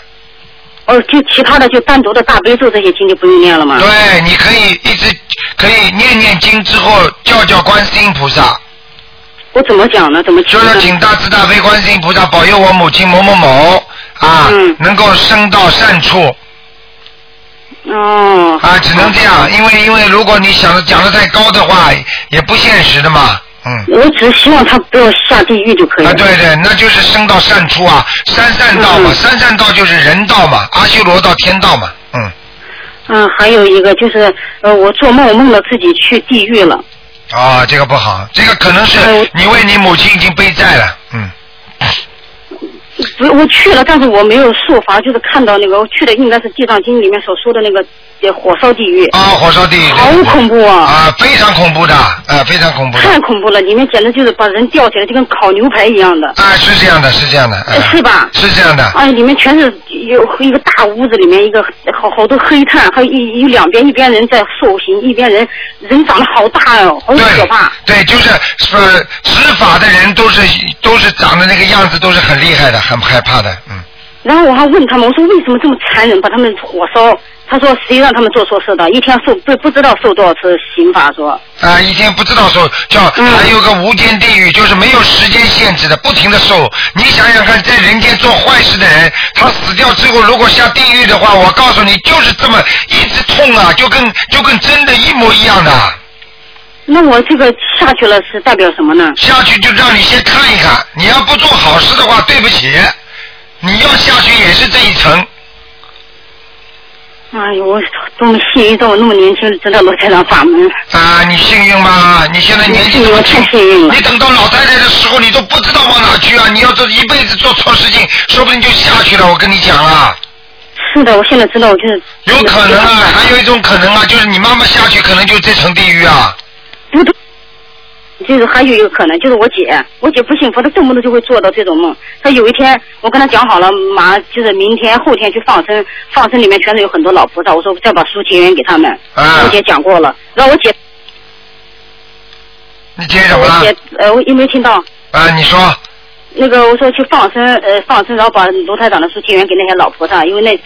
哦，就其他的就单独的大悲咒这些经就不用念了吗？对，你可以一直可以念念经之后叫叫观世音菩萨，我怎么讲呢？怎么求就呢是？请大慈大悲观世音菩萨保佑我母亲某某某啊，嗯能够升到善处哦，啊，只能这样，因为因为如果你想的讲的太高的话，也不现实的嘛，嗯。我只希望他不要下地狱就可以了。啊，对对，那就是升到善处啊，三善道嘛，嗯三善道就是人道嘛，阿修罗道、天道嘛，嗯，嗯，还有一个就是，呃，我做梦梦到自己去地狱了。啊，这个不好，这个可能是哎我你为你母亲已经背债了，嗯，不是，我去了，但是我没有受罚，就是看到那个我去的应该是《地藏经》里面所说的那个呃火烧地狱，啊，火烧地狱，好恐怖啊！啊，非常恐怖的，啊，非常恐怖的太，恐怖了，里面简直就是把人吊起来，就跟烤牛排一样的。啊，是这样的，是这样的，啊呃是吧是这样的，哎，里面全是有一个大屋子，里面一个好好多黑炭，还有一有两边一边人在受刑，一边人人长得好大哦，好可对怕。，对，就是呃，执法的人都是都是长得那个样子，都是很厉害的，很害怕的，嗯，然后我还问他们，我说为什么这么残忍，把他们火烧？他说谁让他们做错事的，一天受不不知道受多少次刑罚说。啊，一天不知道受，叫嗯还有个无间地狱，就是没有时间限制的，不停的受。你想想看，在人间做坏事的人，他死掉之后，如果下地狱的话，我告诉你，就是这么一直痛啊，就跟就跟真的一模一样的。啊那我这个下去了是代表什么呢？下去就让你先看一看，你要不做好事的话，对不起，你要下去也是这一层。哎呦，我终于幸运到我那么年轻，知道罗台长法门。啊，你幸运吗？你现在年纪这么嗯我轻太，幸运了你。等到老太太的时候，你都不知道往哪去啊！你要这一辈子做错事情，说不定就下去了。我跟你讲啊，是的，我现在知道，我就是有可能啊，还有一种可能啊，就是你妈妈下去可能就这层地狱啊。不对，就是还有一个可能，就是我姐，我姐不信佛，她动不动就会做到这种梦。她有一天，我跟她讲好了，马就是明天后天去放生，放生里面全是有很多老菩萨，我说再把书结缘给他们。啊我姐讲过了，然后我姐，你接什么我了姐？，呃，我有没有听到？啊，你说那个我说去放生，呃，放生，然后把卢台长的书结缘给那些老菩萨，因为那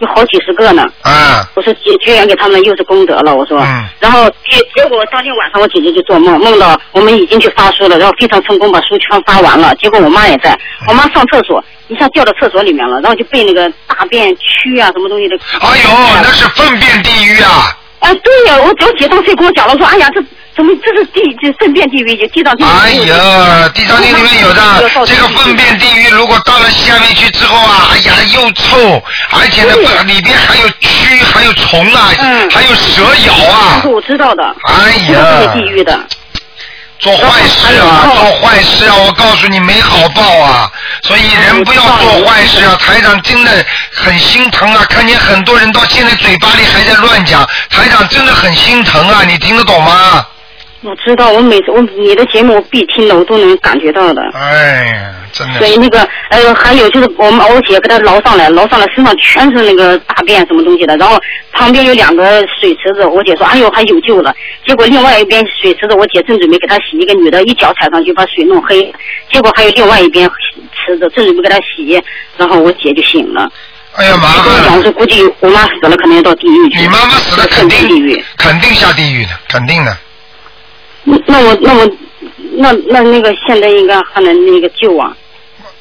有好几十个呢。啊，我说结结缘给他们又是功德了，我说。嗯然后结结果当天晚上我姐姐就做梦，梦到我们已经去发书了，然后非常成功把书全发完了。结果我妈也在，嗯我妈上厕所一下掉到厕所里面了，然后就被那个大便蛆啊什么东西的。哎呦，那是粪便地狱啊！哎，对呀、我我姐当时也跟我讲了，我说哎呀，这怎么这是地这粪便地狱，也地藏地狱。哎呀，地藏经里面有的这个粪便地狱，如果到了下面去之后啊，哎呀又臭，而且呢对里边还有蛆，还有虫啊，嗯还有蛇咬啊是。我知道的，哎是这呀个，地狱的。做坏事啊，做坏事啊！我告诉你没好报啊，所以人不要做坏事嗯啊！台长真的很心疼啊，看见很多人到现在嘴巴里还在乱讲，台长真的很心疼啊！你听得懂吗？我知道，我每次我你的节目我必听的，我都能感觉到的。哎呀，真的所以是那个呃，还有就是我们我姐给他捞上来，捞上来身上全是那个大便什么东西的，然后旁边有两个水池子，我姐说哎呦还有救了，结果另外一边水池子我姐正准备给他洗，一个女的一脚踩上去把水弄黑，结果还有另外一边池子正准备给他洗，然后我姐就醒了，哎呀，麻这烦么讲，了！我说估计我妈死了，可能要到地狱去。你妈妈死了，肯肯地定狱。肯定下地狱的，肯定的。那那我那我那那那个现在应该还能那个救啊？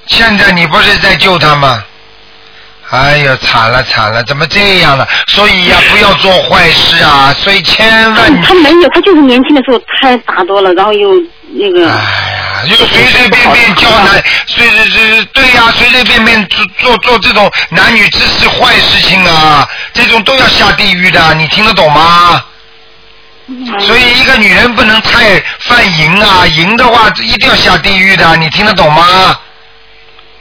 现在你不是在救他吗？哎呦，惨了惨了，怎么这样了？所以呀、不要做坏事啊！所以千万他没有，他就是年轻的时候太打多了，然后又那个。哎呀，又随随便便教男，随随随对呀、随随便便做做做这种男女之事坏事情啊，这种都要下地狱的，你听得懂吗？所以一个女人不能太犯淫啊，淫的话一定要下地狱的，你听得懂吗？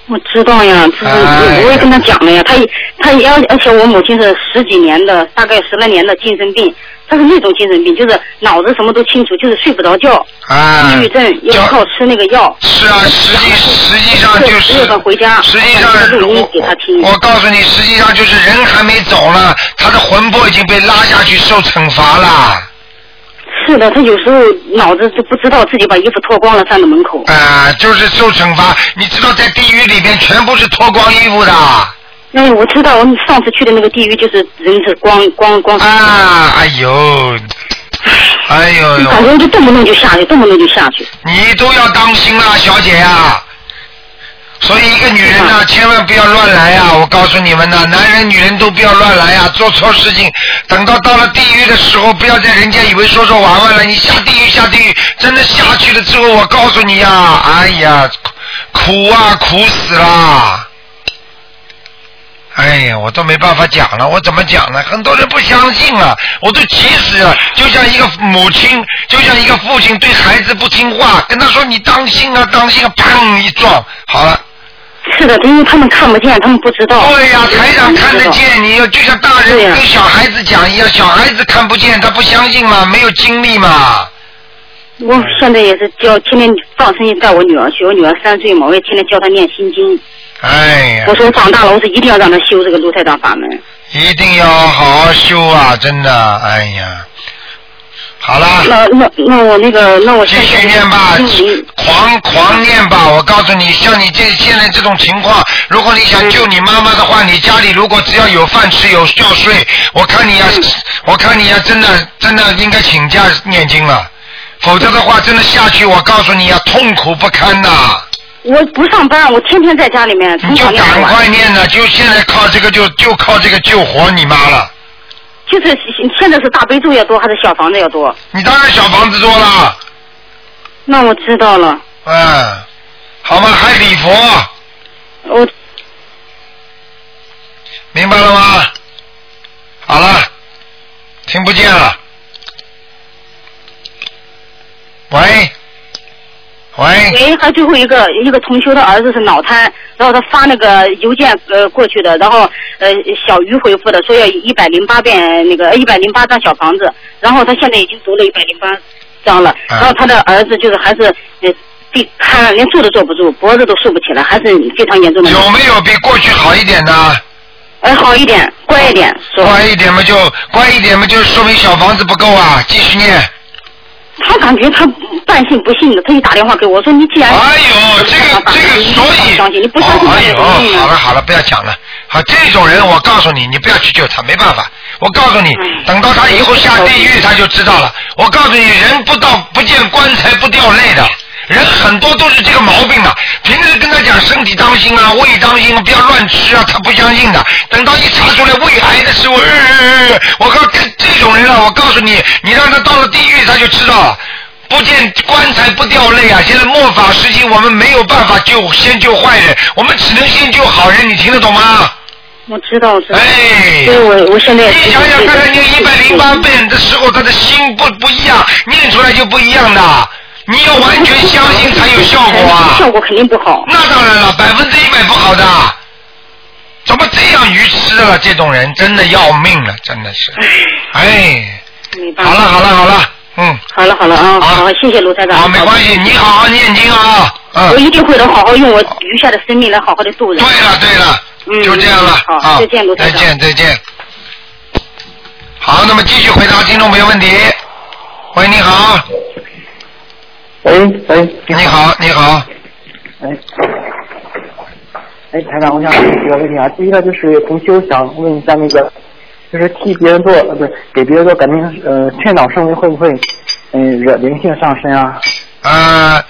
我知道呀，就是哎我我也跟他讲了呀，他也他也而而且我母亲是十几年的，大概十来年的精神病，她是那种精神病，就是脑子什么都清楚，就是睡不着觉，哎，抑郁症也叫靠吃那个药。是啊，实际实际上就对是六个回家实际上把这个录音我给他听我告诉你，实际上就是人还没走呢，他的魂魄已经被拉下去受惩罚了。是的，他有时候脑子就不知道自己把衣服脱光了站在门口。啊、就是受惩罚。你知道在地狱里边全部是脱光衣服的。哎，我知道，我们上次去的那个地狱就是人是光光光，啊，哎呦，哎呦感呦，觉就动不动就下去，动不动就下去。你都要当心啦，小姐呀、所以一个女人呢、是千万不要乱来呀、我告诉你们呐、男人女人都不要乱来呀、啊做错事情，等到到了地狱的时候，不要再人家以为说说玩玩了，你下地狱下地狱，真的下去了之后，我告诉你呀、哎呀，苦啊苦死啦！哎呀，我都没办法讲了，我怎么讲呢？很多人不相信啊，我都急死了。就像一个母亲，就像一个父亲对孩子不听话，跟他说你当心啊，当心啊，砰一撞，好了。是的，因为他们看不见，他们不知道。对呀、台长看不得知道。见，你要就像大对人呀跟小孩子讲一样，小孩子看不见，他不相信嘛，没有经历嘛。我现在也是教，天天放生带我女儿去，我女儿三岁嘛，我也天天教她念心经。哎呀我，说长大了，我是一定要让她修这个卢太长法门。一定要好好修啊，真的，哎呀，好了。那那那我那个那我继现在续念吧心里，狂狂念吧！我告诉你，像你这现在这种情况，如果你嗯想救你妈妈的话，你家里如果只要有饭吃、有觉睡，我看你呀、嗯我看你呀、真的真的应该请假念经了，否则的话，真的下去，我告诉你呀、痛苦不堪呐、我不上班，我天天在家里面从你就早念到赶晚。快念了，就现在靠这个就就靠这个救活你妈了。就是现现在是大悲咒要多还是小房子要多？你当然小房子多了，那我知道了，嗯，好吗？还礼佛，我明白了吗？好了，听不见了。喂，喂，喂，还有最后一个一个同修的儿子是脑瘫，然后他发那个邮件呃过去的，然后呃小鱼回复的说要一百零八遍那个一百零八张小房子，然后他现在已经读了一百零八张了，然啊后他的儿子就是还是呃被瘫，连坐都坐不住，脖子都竖不起来，还是非常严重的。有没有比过去好一点的？哎，好一点，乖一点，说乖一点嘛就乖一点嘛，就说明小房子不够啊，继续念。他感觉他半信不信的，他一打电话给我说你既然哎呦，这个这个，所以相信你不相信哦他哎有呦，什么用好啊了好了，不要讲了。好，这种人我告诉你，你不要去救他，没办法。我告诉你嗯，等到他以后下地狱，他就知道了。我告诉你，人不到不见棺材不掉泪的。人很多都是这个毛病啊，平时跟他讲身体当心啊，胃当心，不要乱吃啊，他不相信的。等到一查出来胃癌的时候，呃呃呃我告这这种人啊，我告诉你，你让他到了地狱，他就知道了。不见棺材不掉泪啊！现在末法时期，我们没有办法救先救坏人，我们只能先救好人，你听得懂吗？我知道，我知道。哎所以我我现在也你想想看看，你一百零八遍的时候，他的心不不一样，念出来就不一样的。你要完全相信才有效果啊！效果肯定不好。那当然了，百分之一百不好的。怎么这样愚痴了？这种人真的要命了，真的是。哎，没办好法。了好了好了，嗯，啊好了好了啊，好好，谢谢卢台长。好，没关系，你好好念经啊，我嗯。一定会的，好好用我余下的生命来好好的度人对。了对了，嗯就这样了好啊再见卢，再台长见再见。好，那么继续回答听众朋友问题。喂，你好，喂喂，你好，你好，哎，哎，台长，我想问几个问题啊。第一个就是同修想问一下那个，就是替别人做，呃，不是给别人做感情，呃，劝导行为会不会，嗯、惹灵性上身啊？呃，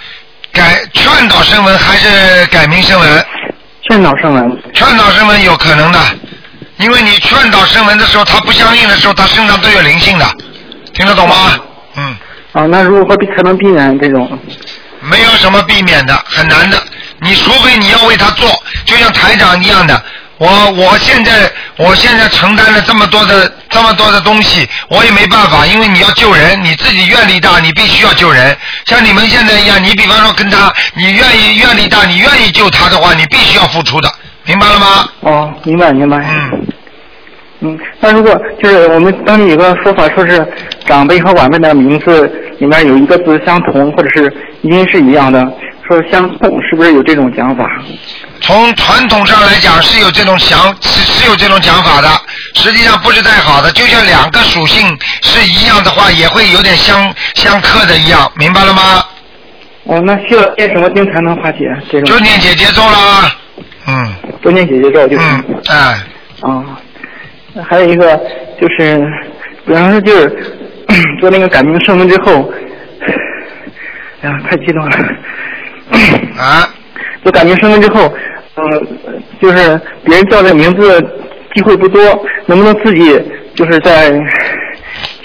改劝导声闻还是改名声闻？劝导声闻，劝导声闻有可能的，因为你劝导声闻的时候，他不相应的时候，他身上都有灵性的，听得懂吗？嗯，啊，那如何避才能避免这种？没有什么避免的，很难的。你除非你要为他做，就像台长一样的。我我现在我现在承担了这么多的这么多的东西，我也没办法，因为你要救人，你自己愿力大，你必须要救人。像你们现在一样，你比方说跟他，你愿意愿力大，你愿意救他的话，你必须要付出的，明白了吗？哦，明白明白。嗯，嗯，那如果就是我们当地有个说法，说是长辈和晚辈的名字里面有一个字相同，或者是音是一样的，说相同，是不是有这种讲法？从传统上来讲是有这种想是是有这种讲法的，实际上不是太好的。就像两个属性是一样的话，也会有点相相克的一样，明白了吗？哦，那需要念什么经才能化解啊这就种？念姐姐咒啦。嗯多念姐姐咒就是。嗯，哎，啊，还有一个就是，比方说就是 做那个改名声明之后，哎呀，太激动了。啊， 做改名声明之后，嗯，就是别人叫这个名字机会不多，能不能自己就是在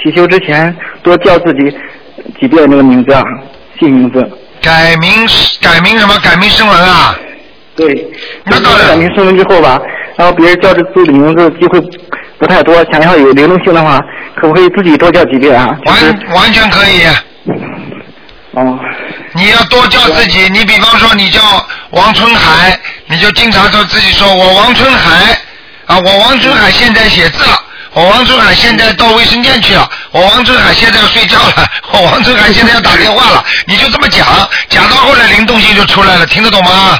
起修之前多叫自己几遍那个名字啊，新名字？改名改名什么？改名声文啊？对，那当然改名声明之后吧，然后别人叫这自己的名字机会不太多，想要有流动性的话，可不可以自己多叫几遍啊？就是完完全可以。哦，你要多叫自己，你比方说你叫王春海，你就经常说自己说我王春海啊，我王春海现在写字了，我王春海现在到卫生间去了，我王春海现在要睡觉了， 我王春海现在要打电话了，你就这么讲，讲到后来灵动性就出来了，听得懂吗？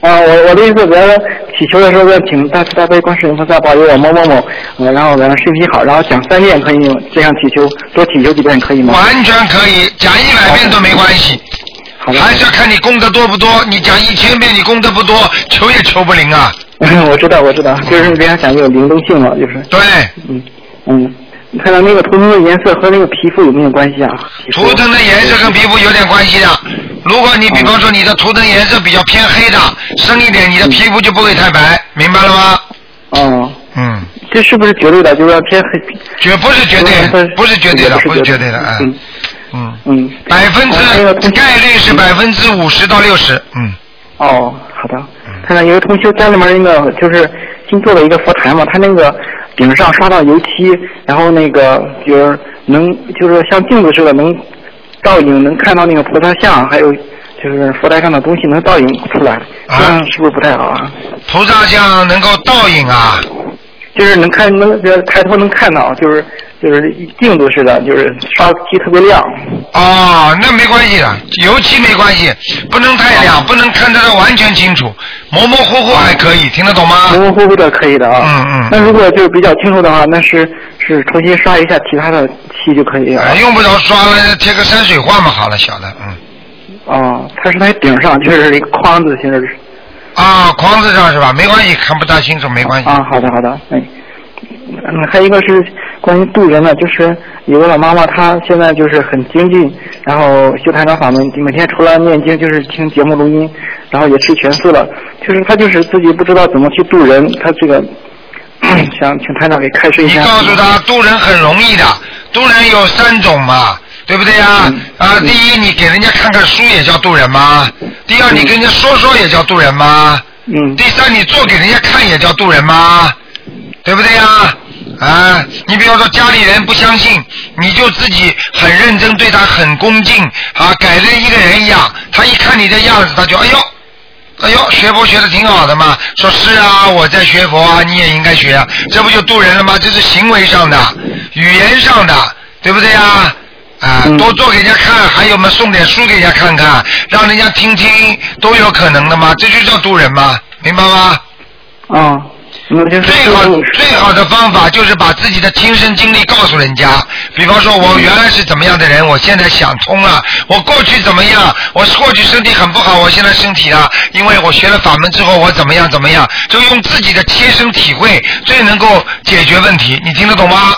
啊，我我的意思，咱们祈求的时候，请大慈大悲观世音菩萨保佑我某某某，呃，然后咱们身体好，然后讲三遍可以吗？这样祈求，多祈求几遍可以吗？完全可以，讲一百遍都没关系，好的，还是要看你功德多不多。你讲一千遍你功德不多，求也求不灵啊。 我知道我知道，就是这样想有灵动性嘛，就是，对，嗯嗯，你看到那个图腾的颜色和那个皮肤有没有关系啊？皮肤图腾的颜色跟皮肤有点关系的。如果你比方说你的图腾颜色比较偏黑的，深一点，你的皮肤就不会太白，明白了吗？哦，嗯，这是不是绝对的？就是要偏黑，绝不是绝对，不是绝对的，不是绝对的，哎，嗯嗯，嗯，百分还有之概率是百分之五十到六十，嗯，哦，好的。看到有个同修家里面那个就是新做的一个佛台嘛，他那个顶上刷到油漆，然后那个就是能就是像镜子似的能倒影，能看到那个菩萨像，还有就是佛台上的东西能倒影出来，啊这样是不是不太好啊？菩萨像能够倒影啊，就是能看能呃抬头能看到，就是就是镜子似的，就是刷漆特别亮。哦，那没关系的，油漆没关系，不能太哦亮，不能看得到完全清楚，模模糊糊还可以，听得懂吗？模模糊糊的可以的啊。嗯嗯那如果就是比较清楚的话，那是是重新刷一下其他的漆就可以了。哎，用不着刷了，贴个山水画嘛，好了，小的，嗯。哦，它是在顶上，就是一个框子形式。啊，框子上是吧？没关系，看不大清楚没关系。啊，好的好的，哎，嗯，还有一个是关于渡人的，就是有个老妈妈，她现在就是很精进，然后修台长法门，每天除了念经就是听节目录音，然后也吃全素了，就是她就是自己不知道怎么去渡人，她这个 想请台长给开示一你下。告诉他渡人很容易的，渡人有三种嘛，对不对呀、啊嗯？第一，你给人家看看书也叫渡人吗？第二，你跟人家说说也叫渡人吗？嗯第三，你做给人家看也叫渡人吗？对不对呀、啊？你比方说家里人不相信，你就自己很认真对他很恭敬啊，改了一个人一样，他一看你的样子，他就哎呦，哎呦，学佛学的挺好的嘛。说是啊，我在学佛啊，你也应该学啊，这不就渡人了吗？这是行为上的，语言上的，对不对呀、啊？嗯多做给人家看，还有我们送点书给人家看看，让人家听听，都有可能的嘛，这就叫渡人嘛，明白吗？啊、那就是最好嗯最好的方法就是把自己的亲身经历告诉人家。比方说，我原来是怎么样的人，我现在想通了；我过去怎么样，我过去身体很不好，我现在身体啊，因为我学了法门之后，我怎么样怎么样，就用自己的切身体会，最能够解决问题。你听得懂吗？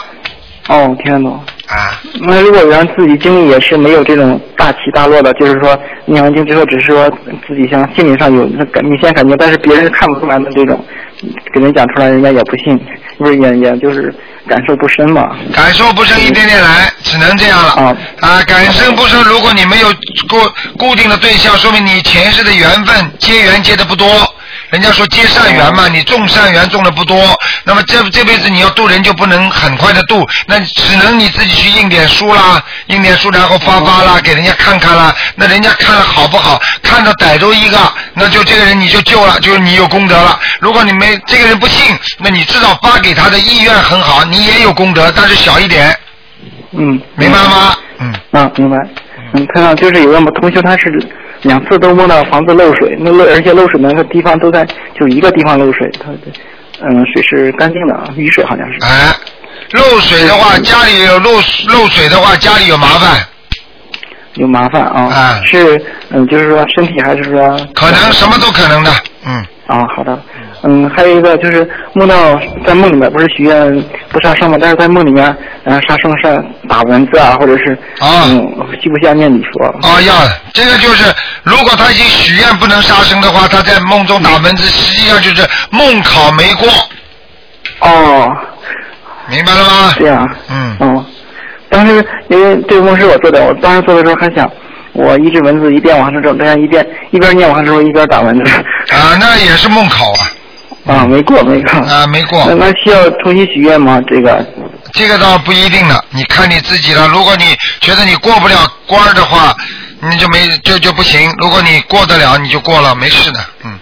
哦，听得懂。啊，那如果让自己经历也是没有这种大起大落的，就是说念完经之后，只是说自己像心理上有那感明显感觉，但是别人是看不出来的这种，给人讲出来，人家也不信，不是也也就是感受不深嘛。感受不深，一点点来，只能这样了。啊啊，感生不生，如果你没有固固定的对象，说明你前世的缘分结缘结的不多。人家说结善缘嘛，你种善缘种的不多，那么这这辈子你要渡人就不能很快的渡，那只能你自己去印点书啦，印点书然后发发啦，给人家看看啦，那人家看了好不好，看到逮住一个，那就这个人你就救了，就是你有功德了。如果你没这个人不信，那你至少发给他的意愿很好，你也有功德，但是小一点，嗯，明白吗？嗯。啊，明白。嗯，看到就是有个同学，他是两次都梦到房子漏水，那漏而且漏水那个地方都在就一个地方漏水，他的嗯水是干净的，啊，雨水好像是。嗯哎，漏水的话，家里有漏漏水的话，家里有麻烦，有麻烦啊，啊是嗯，就是说身体还是说可能什么都可能的。嗯，啊，好的，嗯，还有一个就是梦到在梦里面不是许愿不杀生嘛，但是在梦里面嗯杀生是打蚊子啊，或者是啊嗯需不需要念你说？哦，要的这个就是，如果他已经许愿不能杀生的话，他在梦中打蚊子，实际上就是梦考没过，哦，明白了吗？这样，嗯哦，当时因为这个梦是我做的，我当时做的时候还想。我一只蚊子一遍往上走，这样一遍一边念往上走一边打蚊子，啊，那也是梦考啊，啊，没过没过，啊，没过。那那需要重新许愿吗？这个这个倒不一定了，你看你自己了。如果你觉得你过不了关儿的话，你就没就就不行；如果你过得了，你就过了，没事的。嗯，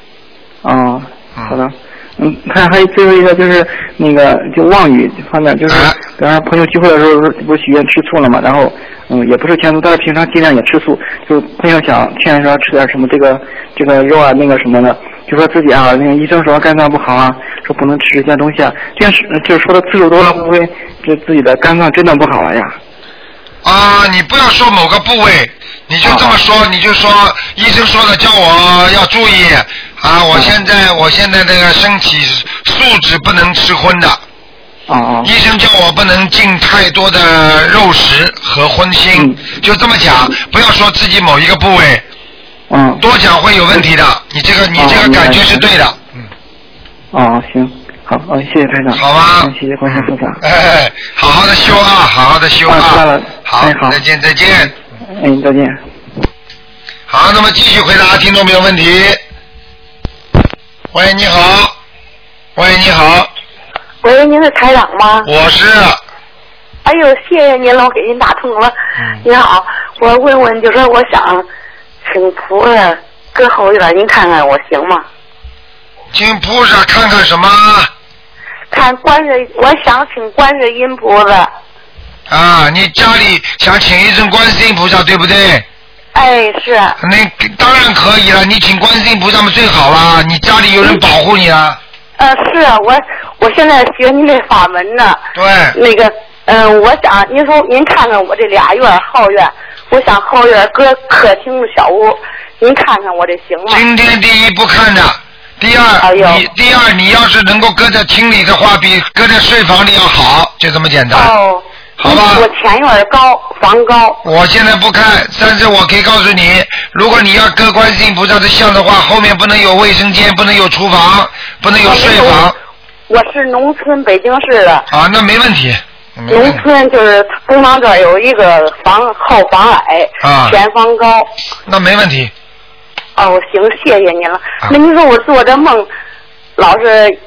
哦，嗯好的。嗯，看还有最后一个就是那个就妄语方面，就是啊比方说朋友聚会的时候不是许愿吃醋了嘛，然后嗯也不是全素，但是平常尽量也吃素，就朋友想劝说吃点什么这个这个肉啊那个什么的，就说自己啊那个医生说肝脏不好啊，说不能吃这些东西啊，这样是就是说的次数多了会不会这自己的肝脏真的不好了呀？啊，你不要说某个部位，你就这么啊说，你就说医生说的，叫我要注意啊。我现在我现在这个身体素质不能吃荤的，哦哦医生叫我不能进太多的肉食和荤腥，就这么讲，不要说自己某一个部位，嗯多讲会有问题的。你这个你这个感觉是对的，哦行好哦谢谢台长，好吗嗯？谢谢观世音菩萨，哎，好好的修啊，好好的修啊啊知道了。好哎，好再见再见。嗯再见。好，那么继续回答听众朋友问题。喂，你好。喂，你好，喂，您是台长吗？我是哎呦，谢谢您了，我给您打通了。嗯您好，我问问，就是我想请菩萨跟后院您看看我行吗？请菩萨看看什么看观世，我想请观世音菩萨。啊？你家里想请一尊观世音菩萨，对不对？哎，是，那当然可以了，你请观世音菩萨嘛最好啦，你家里有人保护你啊。呃，是我，我现在学您这法门呢。对，那个，嗯、我想您说您看看我这俩院儿后院，我想后院搁客厅的小屋，您看看我这行吗？今天第一不看的，第二、哎呦你第二你要是能够搁在厅里的话，比搁在睡房里要好，就这么简单。哦，好吧我前院儿高，房高。我现在不看，但是我可以告诉你，如果你要搁观世音菩萨的像的话，后面不能有卫生间，不能有厨房，不能有睡房哎我是农村北京市的，啊，那没问题。嗯没问农题村就是东方这儿有一个房后房矮，啊前房高。那没问题。哦，行，谢谢您了。啊。那您说我做这梦，老是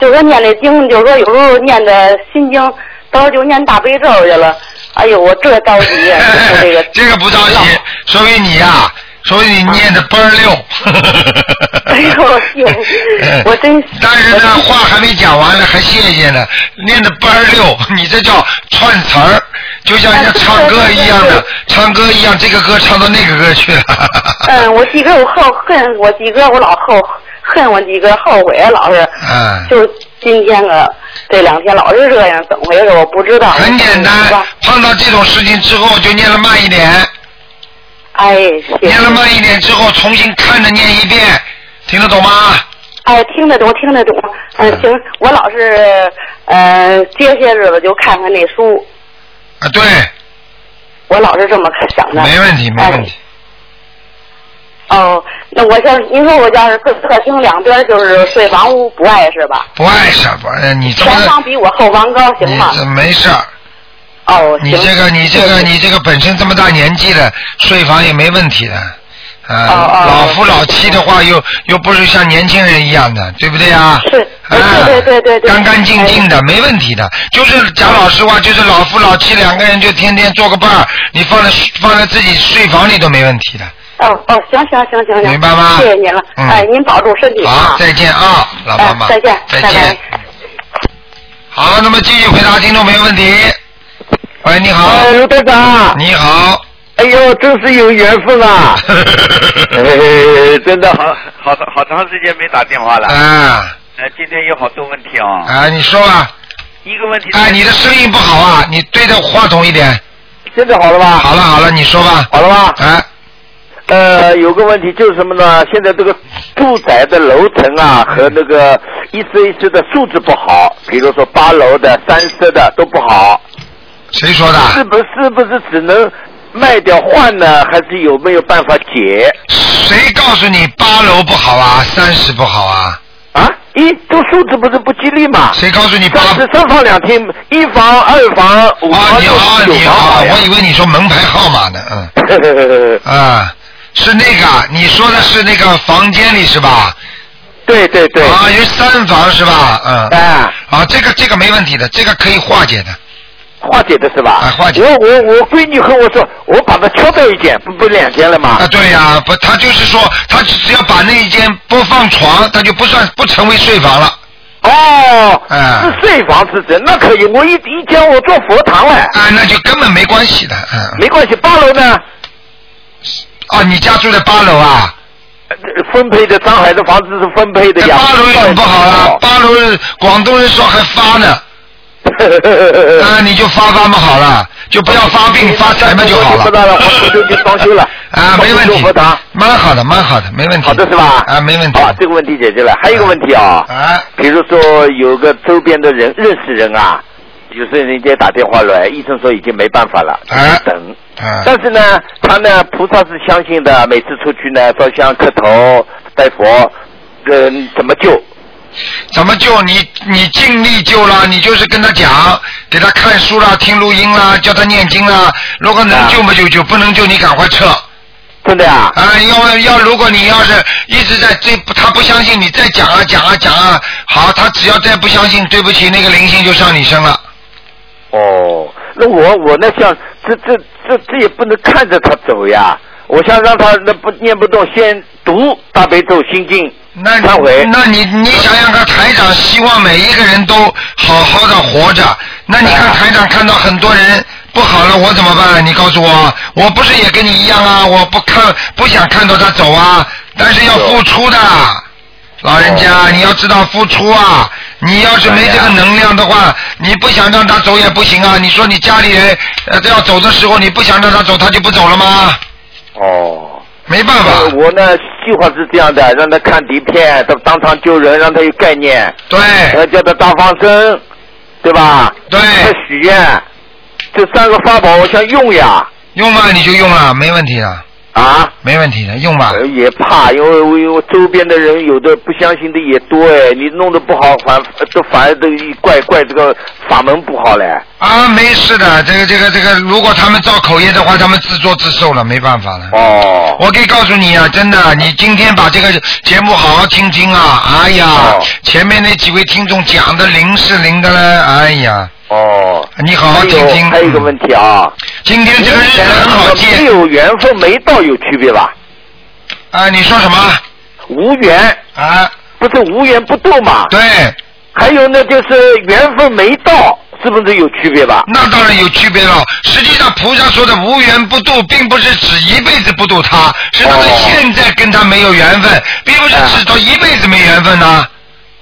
就说念这经，就说有时候念的心经，到时候就念大悲咒去了。哎呦，我这着急呀、就这个 不着哦急，说明你呀、所以你念的倍儿溜。啊 哎呦谢 谢我真但是呢，我真话还没讲完呢，还谢谢呢，念的倍儿溜， 你这叫串词儿，就像人家唱歌一样 的，唱歌一样，这个歌唱到那个歌去了。 嗯，我记歌我后恨，我记歌我老后恨我几个，后悔啊老是，嗯，就今天个这两天老是这样，怎么回事？我不知道。很简是单吧，碰到这种事情之后就念了慢一点，哎，行念了慢一点之后重新看着念一遍，听得懂吗？哎，听得懂，听得懂。嗯、行，我老是呃，接些日子就看看那书，啊，对，我老是这么想的。没问题，没问题。哎。哦，那我像您说我要是客客厅两边就是睡房屋不碍是吧？不碍事儿，不碍你这前么房比我后房高，行你吗？这没事儿，哦，行。你这个你这个谢谢你这个本身这么大年纪了，睡房也没问题的，啊，哦哦老夫老妻的话又又不是像年轻人一样的，对不对啊？是啊，对对对对对哎干干净净的，没问题的。就是讲老实话，就是老夫老妻两个人就天天做个伴儿，你放在放在自己睡房里都没问题的。哦哦，行行行行行，明白吗谢谢您了，嗯哎，您保重身体好，啊。再见啊，老妈妈。哎再见再拜见拜。好，那么继续回答听众朋友问题。喂，你好，哎，卢队长，你好。哎呦，真是有缘分 啊！哎，真的好好好长时间没打电话了。啊呃，今天有好多问题啊、啊，你说吧。一个问题是，哎，你的声音不好啊，你对着话筒一点。现在好了吧？好了好了，你说吧。好了吧？啊，呃，有个问题就是什么呢？现在这个住宅的楼层啊和那个一室一室的素质不好，比如说八楼的、三室的都不好，谁说是的？不是不是只能卖掉换呢？还是有没有办法解？谁告诉你八楼不好啊，三十不好啊？啊，一这素质不是不吉利嘛？谁告诉你八？三啊，室三房两厅，一房、二房、五你房、六好房、九你房好，好呀我以为你说门牌号码呢，嗯。 啊，是那个，你说的是那个房间里是吧？对对对，啊，有三房是吧？嗯。哎，啊，这个这个没问题的，这个可以化解的。化解的是吧？哎化解我我我闺女和我说，我把它敲掉一间，不不两间了吗？啊，对呀、不，他就是说，他只只要把那一间不放床，他就不算不成为睡房了。哦，哎是睡房之争，那可以，我一一间我做佛堂了，啊，那就根本没关系的。嗯。没关系。八楼呢，啊，你家住在八楼啊？呃分配的上海的房子是分配的在呀。八楼有什么不好啦？八楼广东人说还发呢， 啊，你就发发嘛好了，就不要发病发财嘛就好了。不知道了我就去装修了 啊，没问我题去做佛堂。蛮好的，蛮好的，没问题。好的是吧？啊，没问题。好，这个问题解决了。还有一个问题啊，啊，比如说有个周边的人认识人啊，有时候人家打电话来，医生说已经没办法了，哎等。啊，但是呢，他呢，菩萨是相信的，每次出去呢，烧香、磕头、拜佛，嗯，怎么救？怎么救你？你尽力救了，你就是跟他讲，给他看书啦，听录音啦，叫他念经啦。如果能啊救嘛就救，不能救你赶快撤。真的呀、啊，要要，如果你要是一直在这，他不相信你，再讲啊讲啊讲啊，好，他只要再不相信，对不起，那个灵性就上你身了。哦，那我我呢想，这这这这也不能看着他走呀，我想让他那不念不动，先读大悲咒心经，那忏悔。那你你想想看，台长希望每一个人都好好的活着。那你看啊台长看到很多人不好了，我怎么办？啊你告诉我，我不是也跟你一样啊？我不看不想看到他走啊，但是要付出的。老人家，你要知道付出啊！你要是没这个能量的话，你不想让他走也不行啊！你说你家里人呃要走的时候，你不想让他走，他就不走了吗？哦。没办法。呃我呢计划是这样的，让他看底片，他当场救人，让他有概念，对然后叫他大放生，对吧？对他许愿，这三个法宝我想用呀，用嘛你就用了，没问题的，啊，没问题的，用吧。呃也怕，因为我因为周边的人有的不相信的也多哎，你弄得不好，反都反而都一怪怪这个法门不好嘞。啊，没事的，这个这个这个，如果他们造口业的话，他们自作自受了，没办法了。哦，我可以告诉你啊，真的，你今天把这个节目好好听听啊！哎呀，哦前面那几位听众讲的灵是灵的嘞，哎呀，哦，你好好还听有听。还有一个问题啊，今天这个日子很好记没有缘分没到有区别吧？啊！你说什么无缘啊？不是无缘不渡嘛？对，还有呢，就是缘分没到，是不是有区别吧？那当然有区别了。实际上，菩萨说的无缘不渡，并不是指一辈子不渡他，是他们哦现在跟他没有缘分，并不是啊指到一辈子没缘分呐、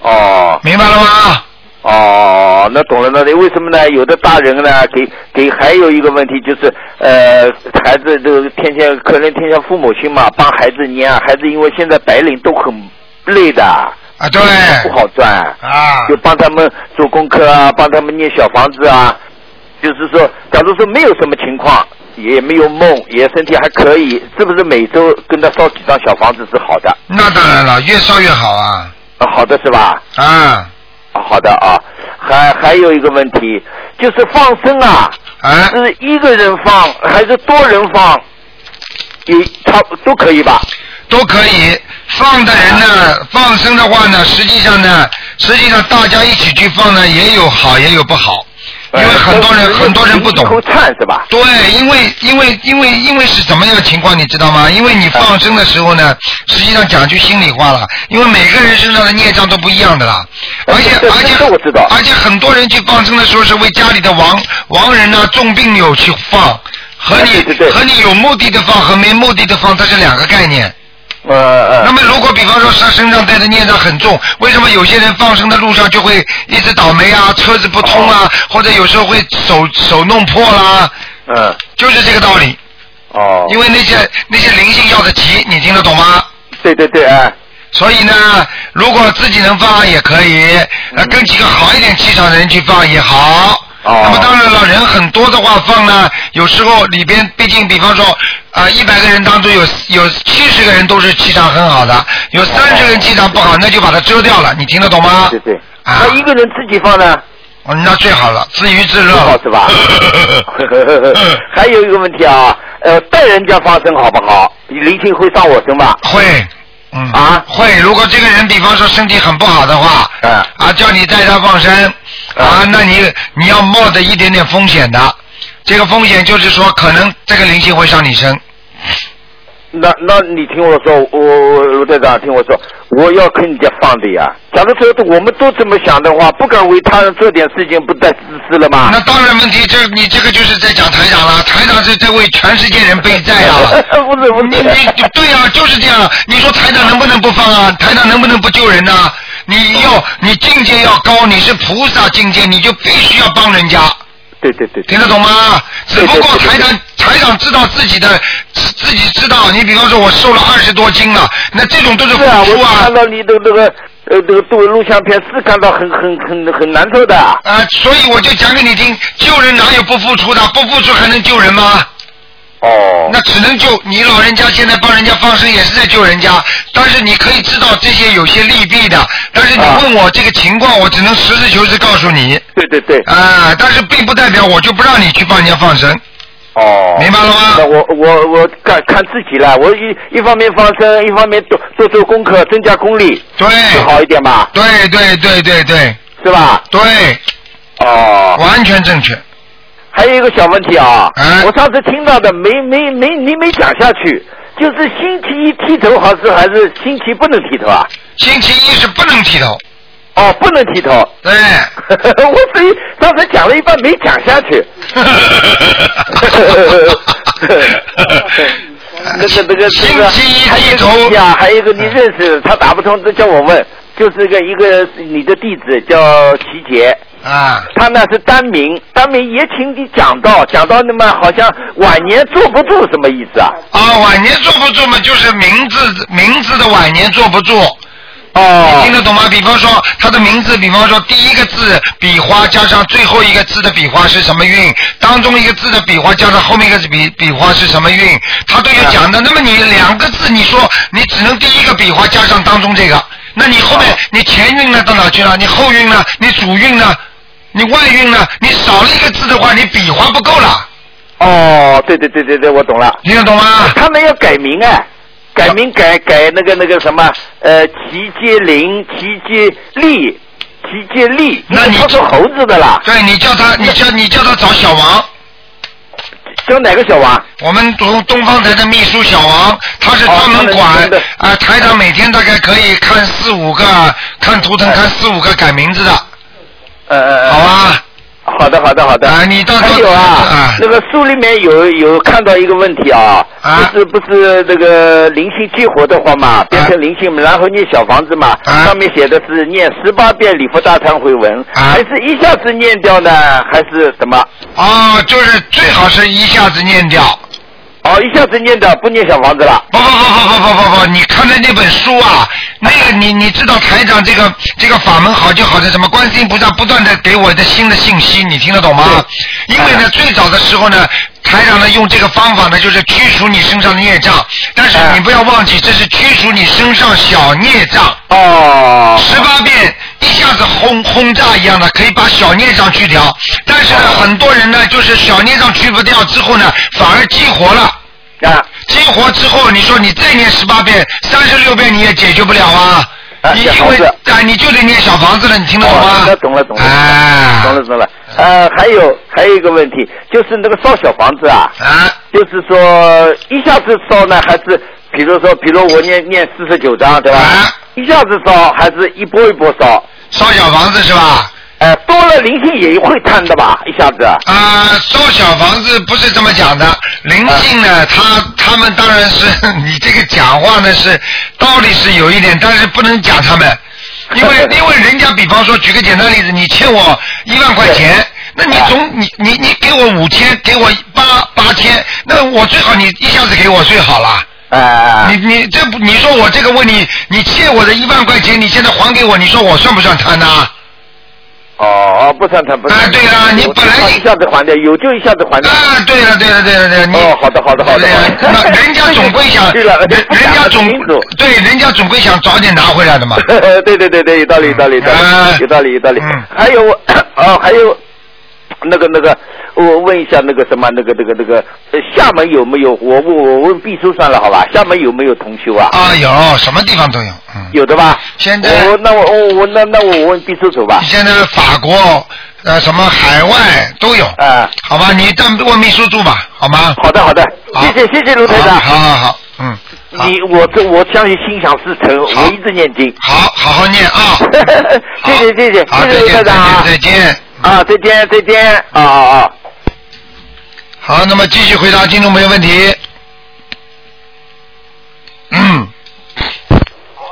哦明白了吗？哦，那懂了，那为什么呢？有的大人呢，给给还有一个问题就是，呃，孩子这个天天可能天下父母亲嘛，帮孩子念，啊孩子因为现在白领都很累的，啊，对，不好赚。啊，就帮他们做功课啊，帮他们念小房子啊。就是说，假如说没有什么情况，也没有梦，也身体还可以，是不是每周跟他烧几张小房子是好的？那当然了，越烧越好啊，啊好的是吧？啊，啊好的啊，还还有一个问题，就是放生啊，哎，是一个人放还是多人放？也差不都可以吧？都可以。放的人呢，放生的话呢，实际上呢，实际上大家一起去放呢，也有好也有不好，哎因为很多人很多人不懂。口忏是吧？对，因为因为因为因为是怎么样的情况，你知道吗？因为你放生的时候呢，实际上讲句心里话了，因为每个人身上的孽障都不一样的啦，而且呃这而且这我知道而且很多人去放生的时候是为家里的亡亡人呢、重病友去放，和你对对对和你有目的的放和没目的的放，它是两个概念。呃呃。那么如果比方说他身上带的孽障很重，为什么有些人放生的路上就会一直倒霉啊，车子不通啊，或者有时候会手手弄破啦，嗯就是这个道理。哦，因为那些那些灵性要的急，你听得懂吗？对对对哎。所以呢，如果自己能放也可以，呃，跟几个好一点气场的人去放也好。嗯哦那么当然了，人很多的话放呢，有时候里边毕竟，比方说，啊，一百个人当中有有七十个人都是气场很好的，有三十个人气场不好，那就把它遮掉了。你听得懂哦吗？对对。啊那一个人自己放呢？哦那最好了，自娱自乐？不好是吧还有一个问题啊，呃，带人家放生好不好？灵性会上我身吧？会，嗯啊会。如果这个人比方说身体很不好的话，嗯啊，叫你带他放生，啊，那你你要冒着一点点风险的，这个风险就是说可能这个灵性会上你身，那那你听我说，我我卢队长听我说，我要跟人家放的呀。假如说我们都这么想的话，不敢为他人做点事情，不太自私了吗？那当然问题这你这个就是在讲台长了，台长是在为全世界 人背债呀、啊。不是不你是，你对啊，就是这样。你说台长能不能不放啊？台长能不能不救人呐、你要你境界要高，你是菩萨境界，你就必须要帮人家。对对对，听得懂吗？只对不过对对台长台长知道自己的自自己知道，你比方说我瘦了二十多斤了，那这种都是付是啊，出我啊看。到你的那个呃这个录录像片，是感到很很很很难受的。啊、所以我就讲给你听，救人哪有不付出的？不付出还能救人吗？哦，那只能救你老人家现在帮人家放生也是在救人家，但是你可以知道这些有些利弊的，但是你啊问我这个情况，我只能实事求是告诉你对对对，啊、但是并不代表我就不让你去帮人家放生，哦，明白了吗？那我我我看看自己了，我一一方面放生，一方面做做做功课，增加功力，对，会好一点吧，对哎对对对对是吧？对，哦，完全正确。还有一个小问题啊，嗯我上次听到的没没没你没讲下去，就是星期一剃头好是还是星期不能剃头啊？星期一是不能剃头，哦，不能剃头，对。 我所以刚才讲了一半没讲下 去。那个那个这星个，期一还有剃一个头问题啊，还有一个你认识他打不通，这叫我问，就是一个一个你的弟子叫齐杰，啊，他呢是单名，单名也请你讲到，讲到那么好像晚年坐不住，什么意思啊？啊，晚年坐不住嘛，就是名字名字的晚年坐不住，哦听得懂吗？比方说他的名字，比方说第一个字笔画加上最后一个字的笔画是什么运，当中一个字的笔画加上后面一个字笔笔画是什么运，他都有讲的。那么你两个字，你说你只能第一个笔画加上当中这个，那你后面你前运呢到哪去了？你后运呢？你主运呢？你外运呢？你少了一个字的话，你笔画不够了，哦，对对对对对，我懂了。听得懂吗？他们要改名哎，改名改改那个那个什么呃，齐杰林、齐杰利、齐杰利，那你他说猴子的啦，对你叫他，你叫你叫他找小王，叫哪个小王？我们东东方台的秘书小王，他是专门哦管他们啊、的台长每天大概可以看四五个，看图腾看四五个改名字的，呃呃，呃好，吧？好好的，好的，好的。啊，你到时候还有啊啊，那个书里面有有看到一个问题啊，啊就是不是那个灵性激活的话嘛，变成灵性，然后念小房子嘛，啊上面写的是念十八遍礼佛大忏悔文，啊还是一下子念掉呢，还是什么？哦，就是最好是一下子念掉。哦，一下子念掉，不念小房子了。不不不不不不不不，你看的那本书啊，那个你你知道台长这个这个法门好就好在什么？观世音菩萨不断的给我的新的信息，你听得懂吗？因为呢，最早的时候呢，台长呢用这个方法呢，就是驱除你身上的孽障，但是哎你不要忘记，这是驱除你身上小孽障。哦，十八遍一下子轰轰炸一样的，可以把小孽障去掉。但是呢，很多人呢，就是小孽障去不掉之后呢，反而激活了。啊，激活之后，你说你再念十八遍、三十六遍，你也解决不了啊。啊你小因房为子啊，你就得念小房子了，你听得懂吗？哦懂了懂了懂了哎，懂了懂了。呃，还有还有一个问题，就是那个烧小房子啊，啊，就是说一下子烧呢，还是比如说，比如我念念四十九章，对吧？啊一下子烧还是一波一波烧？烧小房子是吧？呃，多了灵性也会贪的吧？一下子。啊，烧小房子不是这么讲的，灵性啊呢，他他们当然是 你这个讲话呢是道理是有一点，但是不能讲他们，因为因为人家比方说举个简单例子，你欠我一万块钱，那啊你总你你你给我五千，给我八八千，那我最好你一下子给我最好了。哎、你你这不你说我这个问你，你欠我的一万块钱，你现在还给我，你说我算不算贪呐、哦哦，不算贪，不算贪。哎对了你我本来就怕一下子还掉，有就一下子还掉。啊，对了，对了，对了，对了，你哦好的好的好的对呀好的那人家总归 想，对了人人家总不想得清楚对，人家总归想早点拿回来的嘛。 对对对对，有道理有道理有道哎理有道理有道理嗯。还有 哦，还有那个那个，我问一下那个什么那个那个那个，呃厦门有没有？我问我问秘书算了好吧，厦门有没有同修啊？啊，有什么地方都有，嗯。有的吧？现在我那我我我那那我问秘书处吧你。现在法国呃什么海外都有，啊，好吧？你但问秘书处吧，好吗？好的好的，好谢谢谢谢卢台好长。好好好，嗯，好你我这我相信心想事成，好我一直念经。。好好好念啊 谢谢谢谢好，谢谢再见台长啊再见再见。啊，再见再见啊啊啊！好，那么继续回答听众朋友问题。嗯，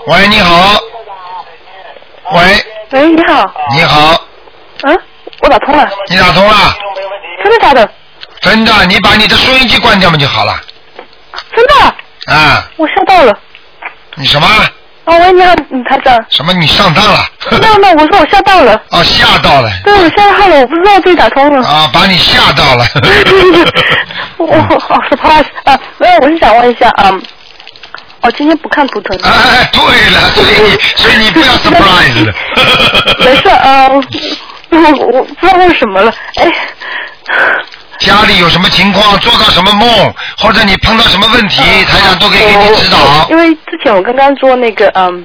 喂，你好。喂，喂，你好，你好，啊，我打通了，你打通了？真的假的？真的，你把你的收音机关掉嘛就好了。真的，啊，我吓到了。你什么啊，喂，你好，嗯，台长。什么？你上当了？没有没有，我说我吓到了， 哦，吓到了。对，我吓到了，我不知道自己打通了。啊，把你吓到了。 我我哦是怕啊，没有，我是想问一下啊，嗯我今天不看图腾。哎，对了， 所以你所以你不要 surprise 了。没事，啊，我我不知道为什么了，哎，家里有什么情况，做到什么梦，或者你碰到什么问题，嗯台长都可以给你指导哦因。为之前我刚刚做那个嗯，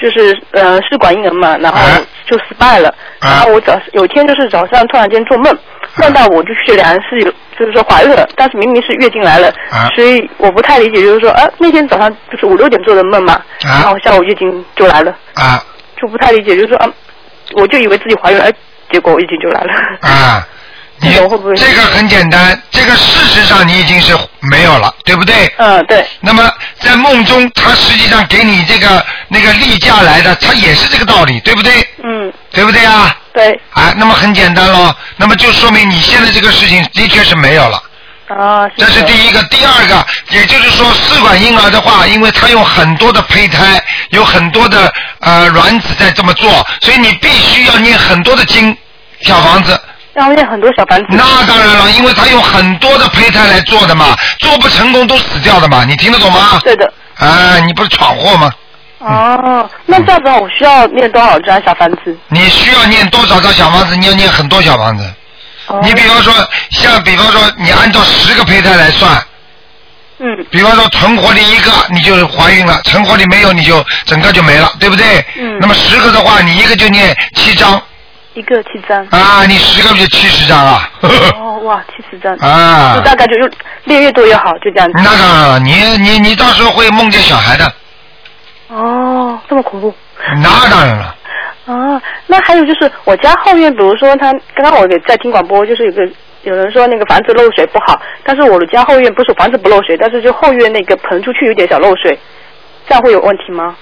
就是呃试管婴儿嘛，然后哎就失败了。哎然后我早有一天就是早上突然间做梦，梦到我就血量是有，就是说怀孕了，但是明明是月经来了，哎所以我不太理解，就是说啊那天早上就是五六点做的梦嘛，哎然后下午月经就来了，啊就不太理解，就是说啊我就以为自己怀孕了，哎结果我月经就来了。啊！ 你这种会不会这个很简单，这个事实上你已经是没有了，对不对？嗯，对，那么在梦中，他实际上给你这个那个例假来的，他也是这个道理，对不对？嗯，对不对啊？对，啊，那么很简单喽，那么就说明你现在这个事情的确是没有了。啊，这是的第一个，第二个，也就是说，试管婴儿的话，因为它有很多的胚胎，有很多的呃卵子在这么做，所以你必须要念很多的经，小房子。要念很多小房子。那当然了，因为它有很多的胚胎来做的嘛，做不成功都死掉的嘛，你听得懂吗？对的。啊，你不是闯祸吗？哦，那这样子我需要念多少张小房子？你需要念多少张小房子？你要念很多小房子。哦你比方说，像比方说，你按照十个胚胎来算，嗯比方说存活的一个，你就怀孕了；存活的没有，你就整个就没了，对不对？嗯那么十个的话，你一个就念七张一个七张。啊，你十个不就七十张啊？哦哇，七十张，啊就，大概就就练越多越好，就这样子。 那当然了，你你你到时候会梦见小孩的，哦，这么恐怖那当然了。哦，那还有就是我家后院，比如说他刚刚我也在听广播，就是有个有人说那个房子漏水不好，但是我的家后院不是房子不漏水，但是就后院那个盆出去有点小漏水，这样会有问题吗？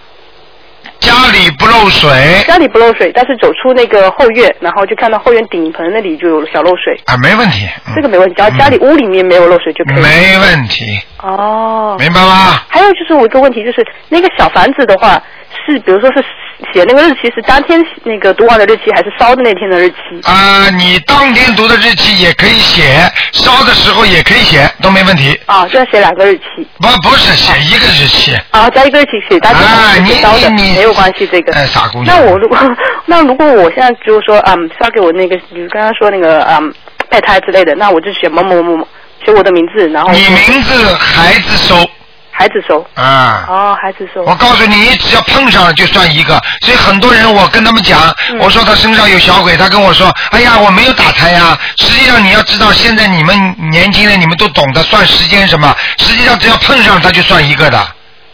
家里不漏水家里不漏水，但是走出那个后院，然后就看到后院顶盆那里就有小漏水，啊，没问题，这个没问题，只要家里屋里面没有漏水就可以。没问题，哦，明白吗？还有就是我一个问题，就是那个小房子的话，是比如说是写那个日期是当天那个读完的日期，还是烧的那天的日期？嗯啊、你当天读的日期也可以写，烧的时候也可以写，都没问题。哦啊，就要写两个日期。不，不是写一个日期。啊，加一个一起写，加一个一起烧的，没有关系这个。哎，傻姑娘。那我如果那如果我现在就是说，嗯，烧给我那个，比如刚刚说那个，嗯，备胎之类的，那我就写某某某某，写我的名字，哦然后你名字孩子收孩子收。啊。哦，孩子收。我告诉你，你只要碰上了就算一个，所以很多人我跟他们讲，嗯我说他身上有小鬼，他跟我说，哎呀，我没有打胎呀、实际上你要知道，现在你们年轻人你们都懂得算时间什么，实际上只要碰上他就算一个的。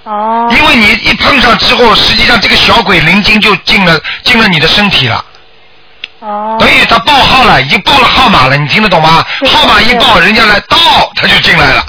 哦。因为你一碰上之后，实际上这个小鬼灵精就进了进了你的身体了。哦。等于他报号了，已经报了号码了，你听得懂吗？号码一报，人家来到他就进来了。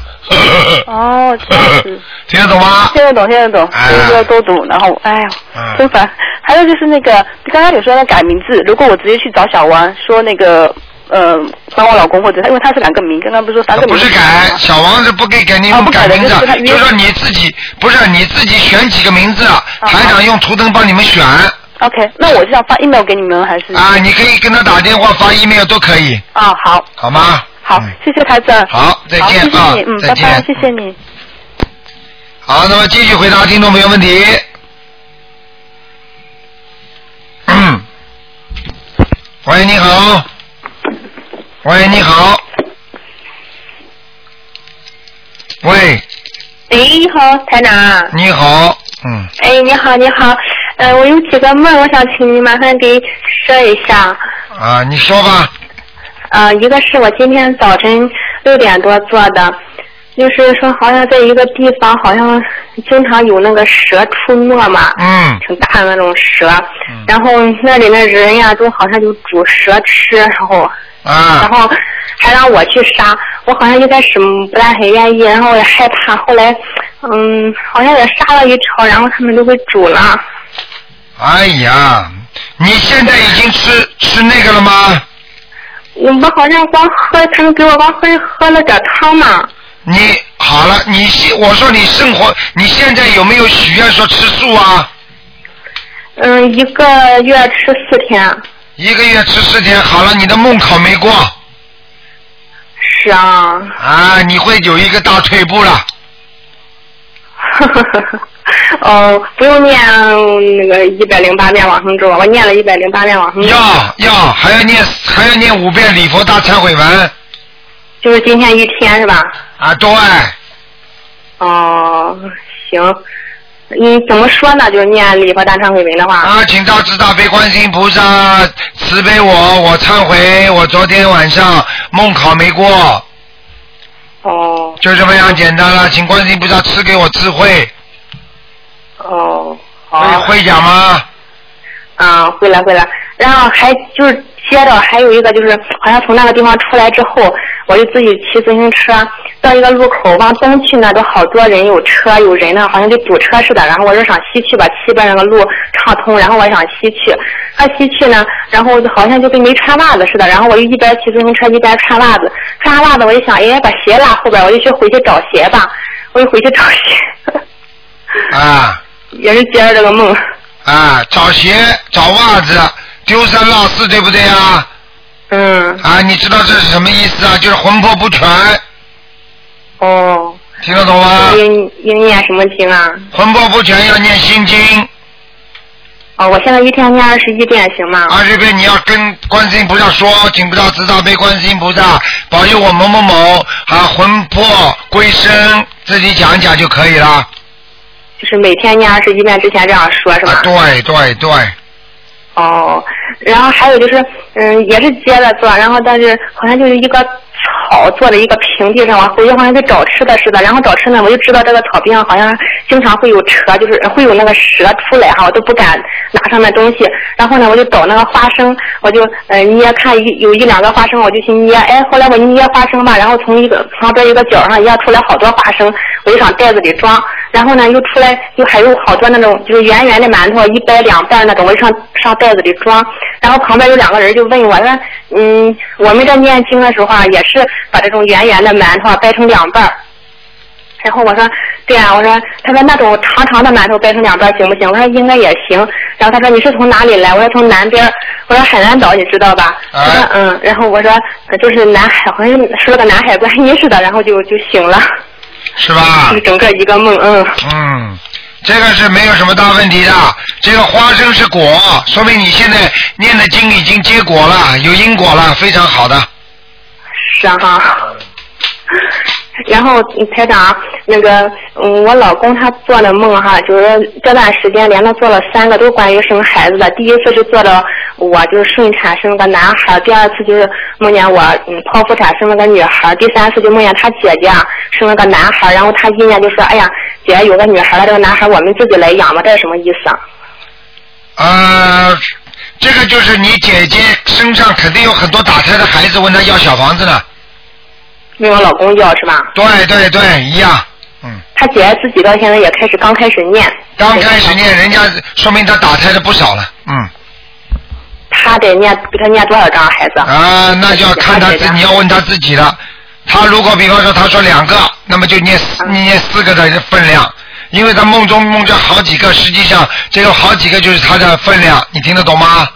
哦，这样子。听得懂吗？听得懂，听得懂，所以说多读，然后哎呀，嗯真烦。还有就是那个，刚刚你说那改名字，如果我直接去找小王说那个，呃，帮我老公或者，因为他是两个名，刚刚不是说三个名不字是吗？改，哎小王是不给给你啊哦们不改改的名字啊就是啊他，约就说你自己不是啊你自己选几个名字，台长用图腾帮你们选啊， OK，那我是要发 email 给你们还是？你可以跟他打电话发 email 都可以，啊，好，好吗？好，谢谢台长。好再见好谢谢你，啊嗯，再拜见拜，谢谢你。好，那么继续回答听众朋友问题。嗯，喂，你好。喂，你好。喂，哎，你好，台长。你好。哎，你好，你好。呃，我有几个梦，我想请你麻烦给说一下。啊，你说吧。呃，一个是我今天早晨六点多做的，就是说好像在一个地方，好像经常有那个蛇出没嘛。嗯。挺大的那种蛇，然后那里的人呀，都好像就煮蛇吃，然后啊然后还让我去杀，我好像一开始不太很愿意，然后我也害怕，后来嗯，好像也杀了一条，然后他们就给煮了。哎呀，你现在已经吃吃那个了吗？我们好像光喝，他们给我光喝喝了点汤嘛。你好了，你现我说你生活，你现在有没有许愿说吃素啊？嗯，一个月吃四天。一个月吃四天，好了，你的梦考没过是啊。啊，你会有一个大退步了。哦，不用念那个一百零八遍往生咒，我念了一百零八遍往生咒。要要，还要念还要念五遍礼佛大忏悔文就是今天一天是吧？啊，对，哦，行。嗯，怎么说呢？就是念礼佛大忏悔文的话。啊，请大慈大悲观世音菩萨慈悲我，我忏悔，我昨天晚上梦考没过。哦。就这么样简单了，请观世音菩萨赐给我智慧。哦。会会讲吗？啊，会了会了。然后还就是接着还有一个就是，呃好像从那个地方出来之后，我就自己骑自行车到一个路口往东去那都好多人有车有人呢，好像就堵车似的。然后我就想西去把西边那个路畅通，然后我想西去，他西去呢，然后好像就跟没穿袜子似的。然后我就一边骑自行车一边穿袜子，穿上袜子我就想，哎，把鞋落后边，我就去回去找鞋吧，我就回去找鞋，啊也是接着这个梦。啊，找鞋找袜子，丢三落四，对不对啊？嗯。啊，你知道这是什么意思啊？就是魂魄不全。哦。听得懂吗？应应念什么经啊？魂魄不全要念心经。哦，我现在一天念二十一遍行吗？二十遍你要跟观世音菩萨说，请不到直大悲观世音菩萨保佑我某某某啊魂魄归生，自己讲一讲就可以了。啊就是每天念二十一遍之前这样说是吧？对对对，哦，然后还有就是，嗯，也是接着做，然后但是好像就是一个草做的一个平地上，我回去好像去找吃的似的，然后找吃的我就知道这个草地上好像经常会有蛇，就是嗯会有那个蛇出来哈，我都不敢拿上面东西，然后呢我就找那个花生，我就呃捏看一有一两个花生我就去捏，哎，后来我捏花生吧，然后从一个旁边一个角上一下出来好多花生，我就往袋子里装，然后呢又出来又还有好多那种就是圆圆的馒头，一掰两半那种，我就上上袋子里装。然后旁边有两个人就问我，那嗯，我们这念经的时候啊，也是把这种圆圆的馒头啊掰成两半儿。然后我说对啊，我说他说那种长长的馒头掰成两半儿行不行？我说应该也行。然后他说你是从哪里来？我说从南边儿，我说海南岛你知道吧？他说嗯，然后我说呃就是南海，好像说的南海观音似的，然后就就醒了，是吧？ 就是整个一个梦，嗯。嗯，这个是没有什么大问题的。这个花生是果，说明你现在念的经已经结果了，有因果了，非常好的。是啊哈。然后嗯台长，那个嗯，我老公他做的梦哈，就是这段时间连着做了三个，都关于生孩子的。第一次是做到我就是顺产生了个男孩，第二次就是梦见我嗯剖腹产生了个女孩，第三次就梦见他姐姐啊生了个男孩，然后他意念就说，哎呀，姐姐有个女孩了，这个男孩我们自己来养吧，这是什么意思啊？呃，这个就是你姐姐身上肯定有很多打胎的孩子，问她要小房子呢。问我老公要是吧？对对对，一样。他姐姐自己到现在也开始刚开始念，刚开始念，人家说明她打胎的不少了。嗯。他得念给他念多少张啊孩子？啊，那就要看他自，你要问他自己了。他如果比方说他说两个，那么就念啊四念四个的分量，因为他梦中梦见好几个，实际上这个好几个就是他的分量，你听得懂吗？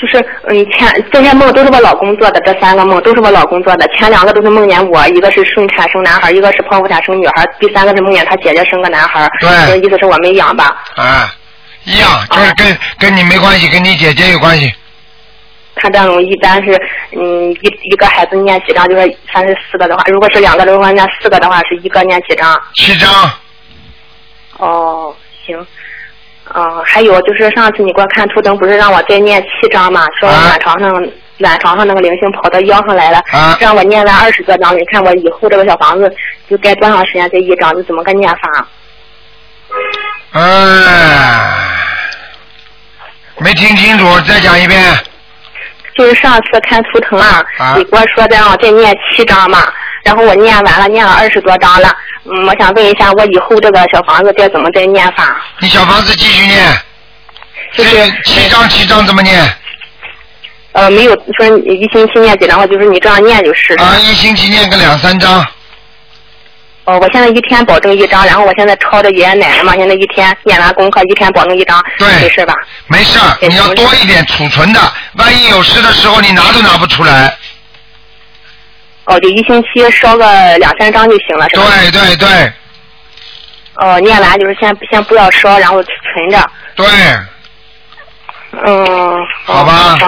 就是嗯，前这些梦都是我老公做的，这三个梦都是我老公做的。前两个都是梦见我，一个是顺产生男孩，一个是剖腹产生女孩，第三个是梦见他姐姐生个男孩。对意思是我没养吧？啊，一样，就是跟、跟你没关系，跟你姐姐有关系。他这种一般是嗯一一个孩子念几张，就是三十四个的话，如果是两个的话念四个的话，是一个念几张？七张，哦，行。嗯、还有就是上次你给我看图腾，不是让我再念七张嘛？说暖床上、暖床上那个灵性跑到腰上来了，啊让我念完二十多张。你看我以后这个小房子就该多长时间再一张？你怎么个念法？哎，没听清楚，再讲一遍。就是上次看图腾啊，啊你给我说再让我再念七张嘛，然后我念完了，念了二十多张了。嗯，我想问一下，我以后这个小房子该怎么再念法？你小房子继续念，就是七张七张怎么念？呃，没有说你一星期念几张，我就是你这样念就是。啊，一星期念个两三张。哦，我现在一天保证一张，然后我现在抄着爷爷奶奶嘛，现在一天念完功课，一天保证一张，对没事吧？没事儿，你要多一点储存的，万一有事的时候你拿都拿不出来。哦，就一星期烧个两三张就行了，是吧？对对对哦，念完就是先先不要烧，然后存着。对，嗯，好吧。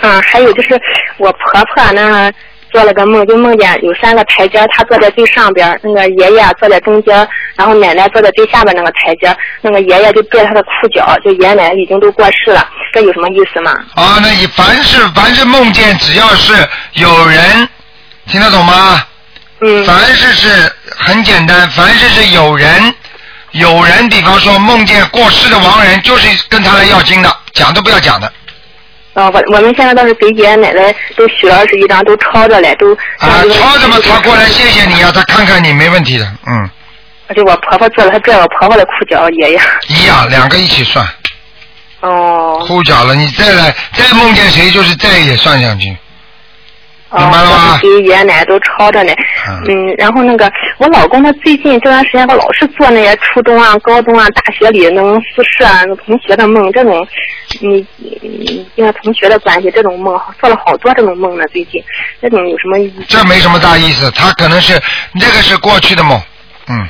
嗯，还有就是我婆婆呢做了个梦，就梦见有三个台阶，她坐在最上边儿，那个爷爷啊坐在中间儿，然后奶奶坐在最下边那个台阶儿，那个爷爷就拽她的裤脚，就爷爷奶奶已经都过世了，这有什么意思吗？啊，那你凡是凡是梦见，只要是有人，听得懂吗？嗯。凡是是很简单，凡是是有人，有人，比方说梦见过世的亡人，就是跟他来要经的，讲都不要讲的。啊、我我们现在倒是给爷爷奶奶都许了二十一张，都抄着嘞，都啊，抄着嘛，他过来谢谢你啊，他看看你没问题的，嗯，就我婆婆做了，她拽我婆婆的裤脚，爷爷。一样，两个一起算，哦哭脚了，你再来再梦见谁，就是再也算上去。哦，我给爷爷奶奶都抄着嘞。啊嗯，然后那个我老公他最近这段时间，他老是做那些初中啊、高中啊、大学里那种宿舍啊、同学的梦，这种你你因为同学的关系，这种梦做了好多这种梦呢。最近这种有什么意义？这没什么大意思，他可能是那个是过去的梦，嗯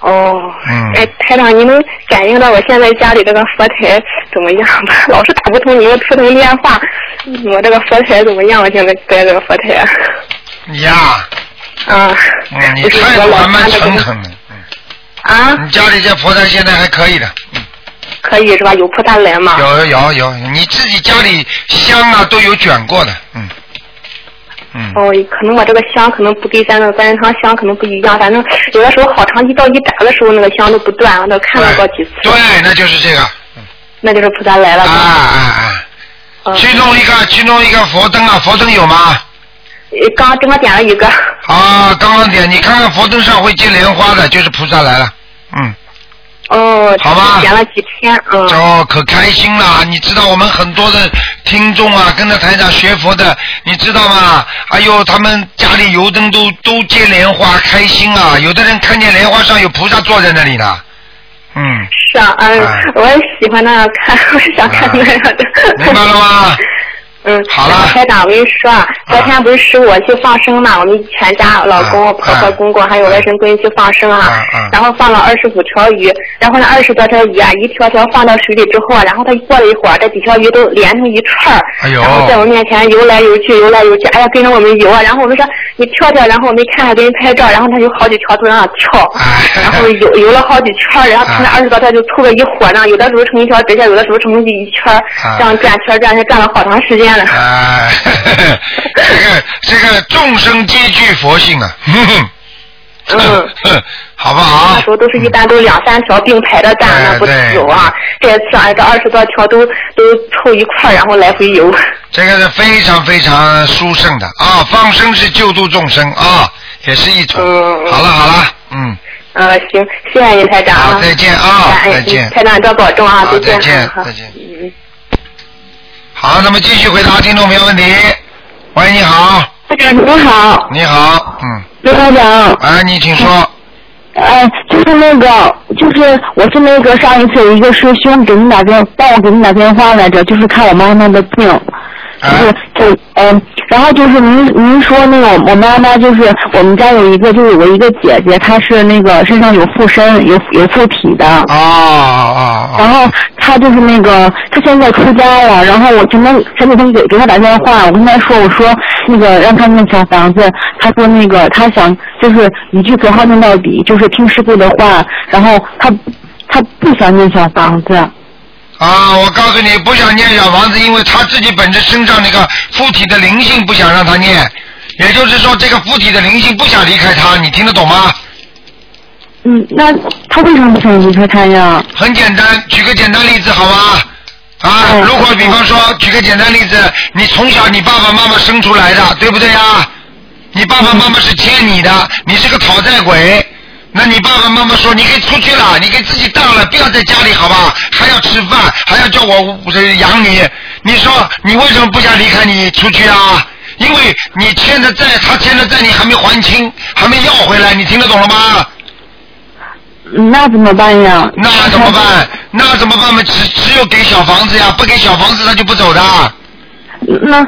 哦。嗯，哎，台长，你能感应到我现在家里这个佛台怎么样吗？ 老是打不通你们普通电话，我这个佛台怎么样？我现在在这个佛台，你呀、啊，嗯，你就是太我老蛮蛮妈这个诚恳了，啊，你家里这佛台现在还可以的，可以嗯是吧？有破单来嘛？有有有，你自己家里香啊都有卷过的，嗯。哦，可能我这个香可能不跟咱那个观音堂香可能不一样，反正有的时候好长期到一打的时候，那个香都不断，我都看到过几次，对，那就是这个。那就是菩萨来了。啊啊嗯啊！去弄一个，去弄一个佛灯啊，佛灯有吗？呃刚刚点了一个，啊，刚刚点，你看看佛灯上会结莲花的，就是菩萨来了。嗯，哦，好吧点了几天，嗯，哦，可开心了！你知道我们很多的听众啊，跟着台长学佛的，你知道吗？哎呦，他们家里油灯都都接莲花，开心啊！有的人看见莲花上有菩萨坐在那里呢。嗯，是啊，嗯， 我也喜欢那样看， 我也想看那样的。啊明白了吗？ 嗯，好了。台长，我跟你说啊，昨天不是十五去放生嘛，我们全家老公、啊婆婆、公公还有外甥闺女去放生啊，然后放了二十五条鱼，然后那二十多条鱼啊，一条条放到水里之后啊，然后它过了一会儿，这几条鱼都连成一串儿，哎呦然后在我面前游来游去，游来游去，哎呀，跟着我们游啊，然后我们说你跳跳，然后我们看还给人拍照，然后它有好几条都让它跳，哎然后游游了好几圈儿，然后它那二十多条就凑在一伙儿呢，有的时候成一条直线，有的时候成一圈儿，这样转圈儿转圈儿转了好长时间了。哎， 这个这个众生皆具佛性啊。 哼哼嗯，好不好？哎那时候都是一般都两三条并排的站，那不对有啊。这次啊，这二十多条都都凑一块儿，然后来回游。这个是非常非常殊胜的啊，放生是救度众生啊，也是一种。好了好了，嗯，嗯呃，行，谢谢您台长啊。再见啊感恩再见您台长多保重啊，好，再见见啊。好再见。好，那么继续回答听众朋友问题。喂，你好，台长您好，你好，嗯，刘台长。哎，你请说。哎，就是那个，就是我是那个上一次有一个师兄给你打电，帮我给你打电话来着，就是看我妈妈的病，啊就是就嗯，然后就是您您说那个我妈妈就是我们家有一个就是我一个姐姐，她是那个身上有附身有有附体的。哦哦。然后她就是那个她现在出家了，然后我前天前几天给给她打电话，我跟她说我说那个让她念小房子，她说那个她想就是一句佛号念到底，就是听师傅的话，然后她她不想念小房子。啊，我告诉你，不想念小房子，因为他自己本身身上那个附体的灵性不想让他念，也就是说，这个附体的灵性不想离开他，你听得懂吗？嗯，那她为什么不想离开他呀？很简单，举个简单例子好吗？啊，哦如果比方说，举个简单例子，你从小你爸爸妈妈生出来的，对不对啊？你爸爸妈妈是欠你的，你是个讨债鬼。那你爸爸妈妈说你可以出去了，你给自己当了，不要在家里，好吧？还要吃饭，还要叫我呃养你。你说你为什么不想离开你出去啊？因为你欠的债，他欠的债你还没还清，还没要回来，你听得懂了吗？嗯那怎么办呀？啊那怎么办？那怎么办嘛？只只有给小房子呀，不给小房子他就不走的。那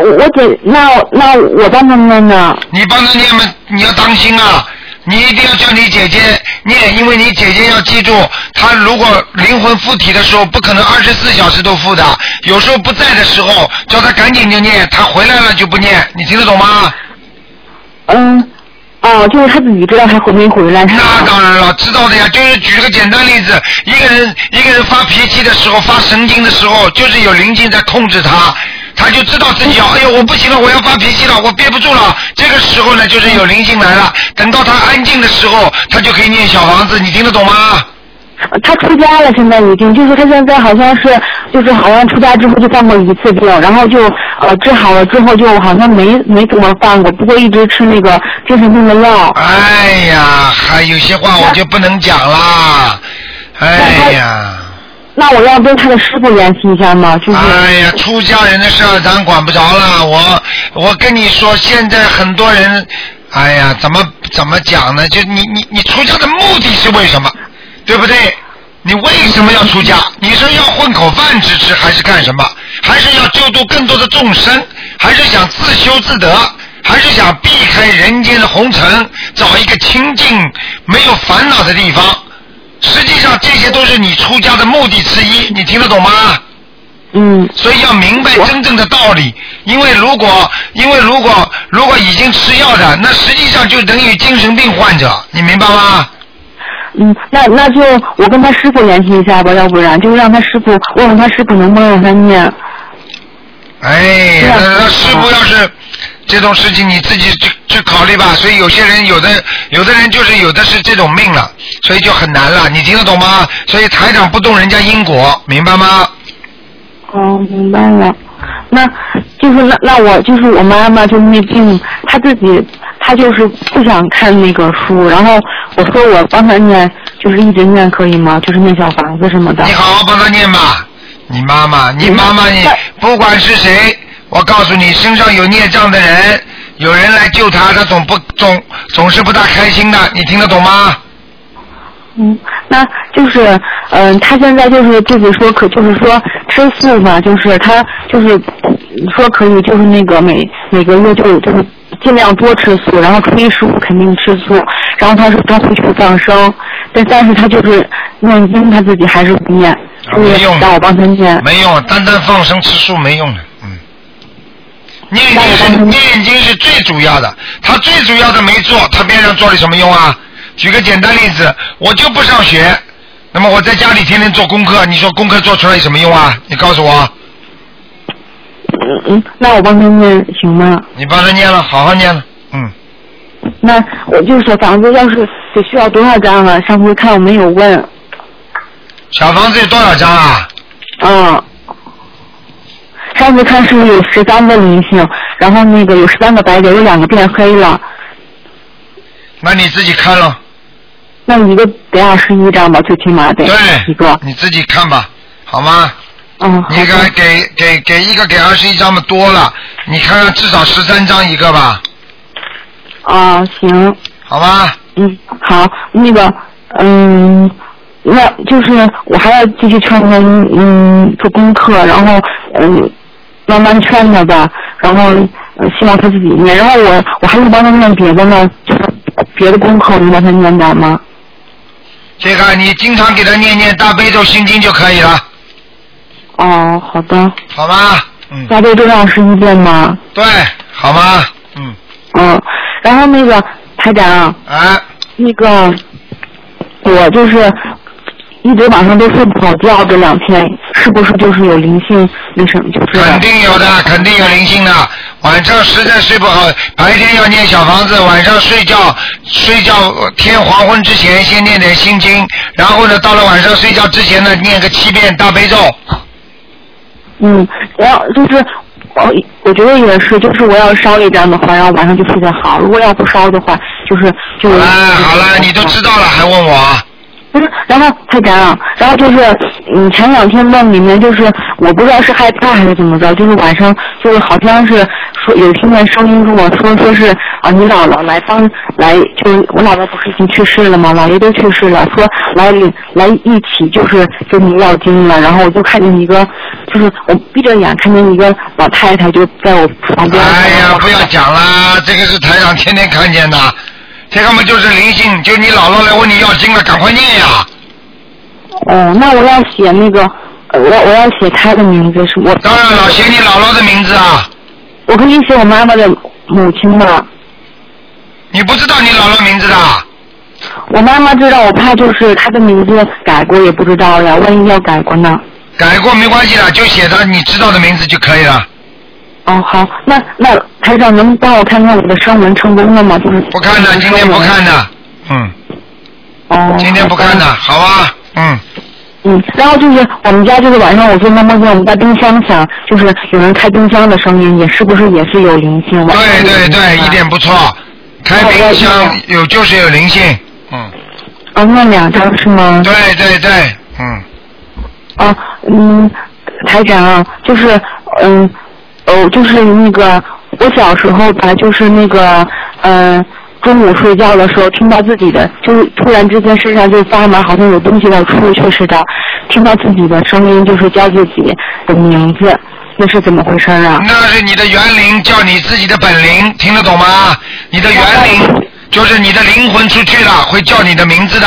我姐那那我帮她念呢？你帮他念嘛，你要当心啊！你一定要叫你姐姐念，因为你姐姐要记住，她如果灵魂附体的时候，不可能二十四小时都附的，有时候不在的时候，叫她赶紧就念，她回来了就不念，你听得懂吗？嗯，哦，就是她自己知道她回没回来。她那当然了，知道的呀。就是举个简单例子，一个人一个人发脾气的时候，发神经的时候，就是有灵性在控制他，他就知道自己要，哎呦，我不行了，我要发脾气了，我憋不住了。这个时候呢，就是有灵性来了。等到他安静的时候，他就可以念小房子，你听得懂吗？她出家了，现在已经就是她现在好像是就是好像出家之后就犯过一次病，然后就呃治好了之后就好像没没怎么犯过，不过一直吃那个精神病的药。哎呀，还有些话我就不能讲啦。哎呀。那我要跟她的师傅联系一下吗？就是、哎呀，出家人的事儿咱管不着了。我我跟你说，现在很多人，哎呀，怎么怎么讲呢？就你你你出家的目的是为什么？对不对？你为什么要出家？你是要混口饭吃吃，还是干什么？还是要救度更多的众生？还是想自修自得？还是想避开人间的红尘，找一个清净、没有烦恼的地方？实际上，这些都是你出家的目的之一。你听得懂吗？嗯，所以要明白真正的道理，因为如果因为如果如果已经吃药的，那实际上就等于精神病患者，你明白吗？嗯，那那就我跟他师傅联系一下吧，要不然就是让他师傅问问他师傅能不能让他念。哎，那那师傅要是这种事情你自己去去考虑吧。所以有些人有的有的人就是有的是这种命了，所以就很难了。你听得懂吗？所以台长不动人家因果，明白吗？哦，明白了。那就是那那我就是我妈妈就那病，她自己她就是不想看那个书，然后我说我帮她念，就是一直念可以吗？就是念小房子什么的。你好好帮他念吧。你妈妈，你妈妈，你不管是谁，我告诉你，身上有孽障的人，有人来救他，他总不总总是不大开心的。你听得懂吗？嗯，那就是，嗯、他现在就是自己说可，就是说吃素嘛，就是他就是说可以，就是那个每每个月就就是尽量多吃素，然后初一十五肯定吃素，然后他说他会去放生，但但是他就是念经他自己还是不念，就是没用让我帮他念，没用，单单放生吃素没用的，嗯。念经是念经是最主要的，他最主要的没做，他边上做了什么用啊？举个简单例子，我就不上学，那么我在家里天天做功课，你说功课做出来有什么用啊？你告诉我，嗯嗯，那我帮他念行吗？你帮他念了，好好念了，嗯。那我就是小房子，要是得需要多少张啊？上回看我没有问，小房子有多少张啊？嗯，上次看是有十三个灵性，然后那个有十三个白点，有两个变黑了，那你自己看了，那一个得二十一张吧，最起码得一个。你自己看吧，好吗？嗯，你给给给给一个给二十一张嘛多了，你看看至少十三张一个吧，啊，行。好吧。嗯，好，那个，嗯，那就是我还要继续劝他，嗯，做功课，然后嗯，慢慢劝他吧，然后、呃希望他自己念，然后我我还能帮他念别的呢，就是别的功课我能帮他念点吗？这个你经常给他念念大悲咒心经就可以了，哦，好的。好吧？大悲咒上是一遍吗？对，好吗？嗯，然后那个台长啊，那个我就是一直晚上都睡不好觉，这两天是不是就是有灵性？那什么就是肯定有的，肯定有灵性的。晚上实在睡不好，白天要念小房子，晚上睡觉睡觉天黄昏之前先念点心经，然后呢，到了晚上睡觉之前呢，念个七遍大悲咒。嗯，然后就是哦我我觉得也是，就是我要烧一张的话，然后晚上就睡得好；如果要不烧的话，就是就哎，好了，你都知道了，还问我啊？不是，嗯然后太感啊，然后就是，嗯，前两天梦里面就是，我不知道是害怕还是怎么着，就是晚上就是好像是说有听见声音跟我说，说是啊，你姥姥来帮来，就是我姥姥不是已经去世了吗？姥爷都去世了，说来领来一起就是给你要经了，然后我就看见一个，就是我闭着眼看见一个老太太就在我旁边，哎呀，不要讲啦，这个是台长天天看见的，这个嘛就是灵性，就你姥姥来问你要经了，赶快念呀。哦，那我要写那个，呃我我要写她的名字是我。当然了，写你姥姥的名字啊，我可以写我妈妈的母亲吧。你不知道你姥姥名字的啊。我妈妈知道，我怕就是她的名字改过也不知道呀，万一要改过呢？改过没关系的，就写他你知道的名字就可以了。哦，好，那那台长能帮我看看我的声纹成功了吗？就是不看的，今天不看的，嗯。哦。今天不看的，好吧？嗯。嗯，然后就是我们家就是晚上我做梦梦见我们家冰箱响，就是有人开冰箱的声音，也是不是也是有灵性？啊晚上对对嗯对，一点不错。开冰箱有就是有灵性，嗯，哦，那两张是吗？对对对，嗯，哦，嗯，台长啊，就是嗯，哦，就是那个我小时候吧，就是那个嗯。中午睡觉的时候，听到自己的，就是突然之间身上就发麻，好像有东西要出，确实的，听到自己的声音，就是叫自己的名字，那是怎么回事啊？那是你的园灵叫你自己的本灵，听得懂吗？你的园灵就是你的灵魂出去了，会叫你的名字的，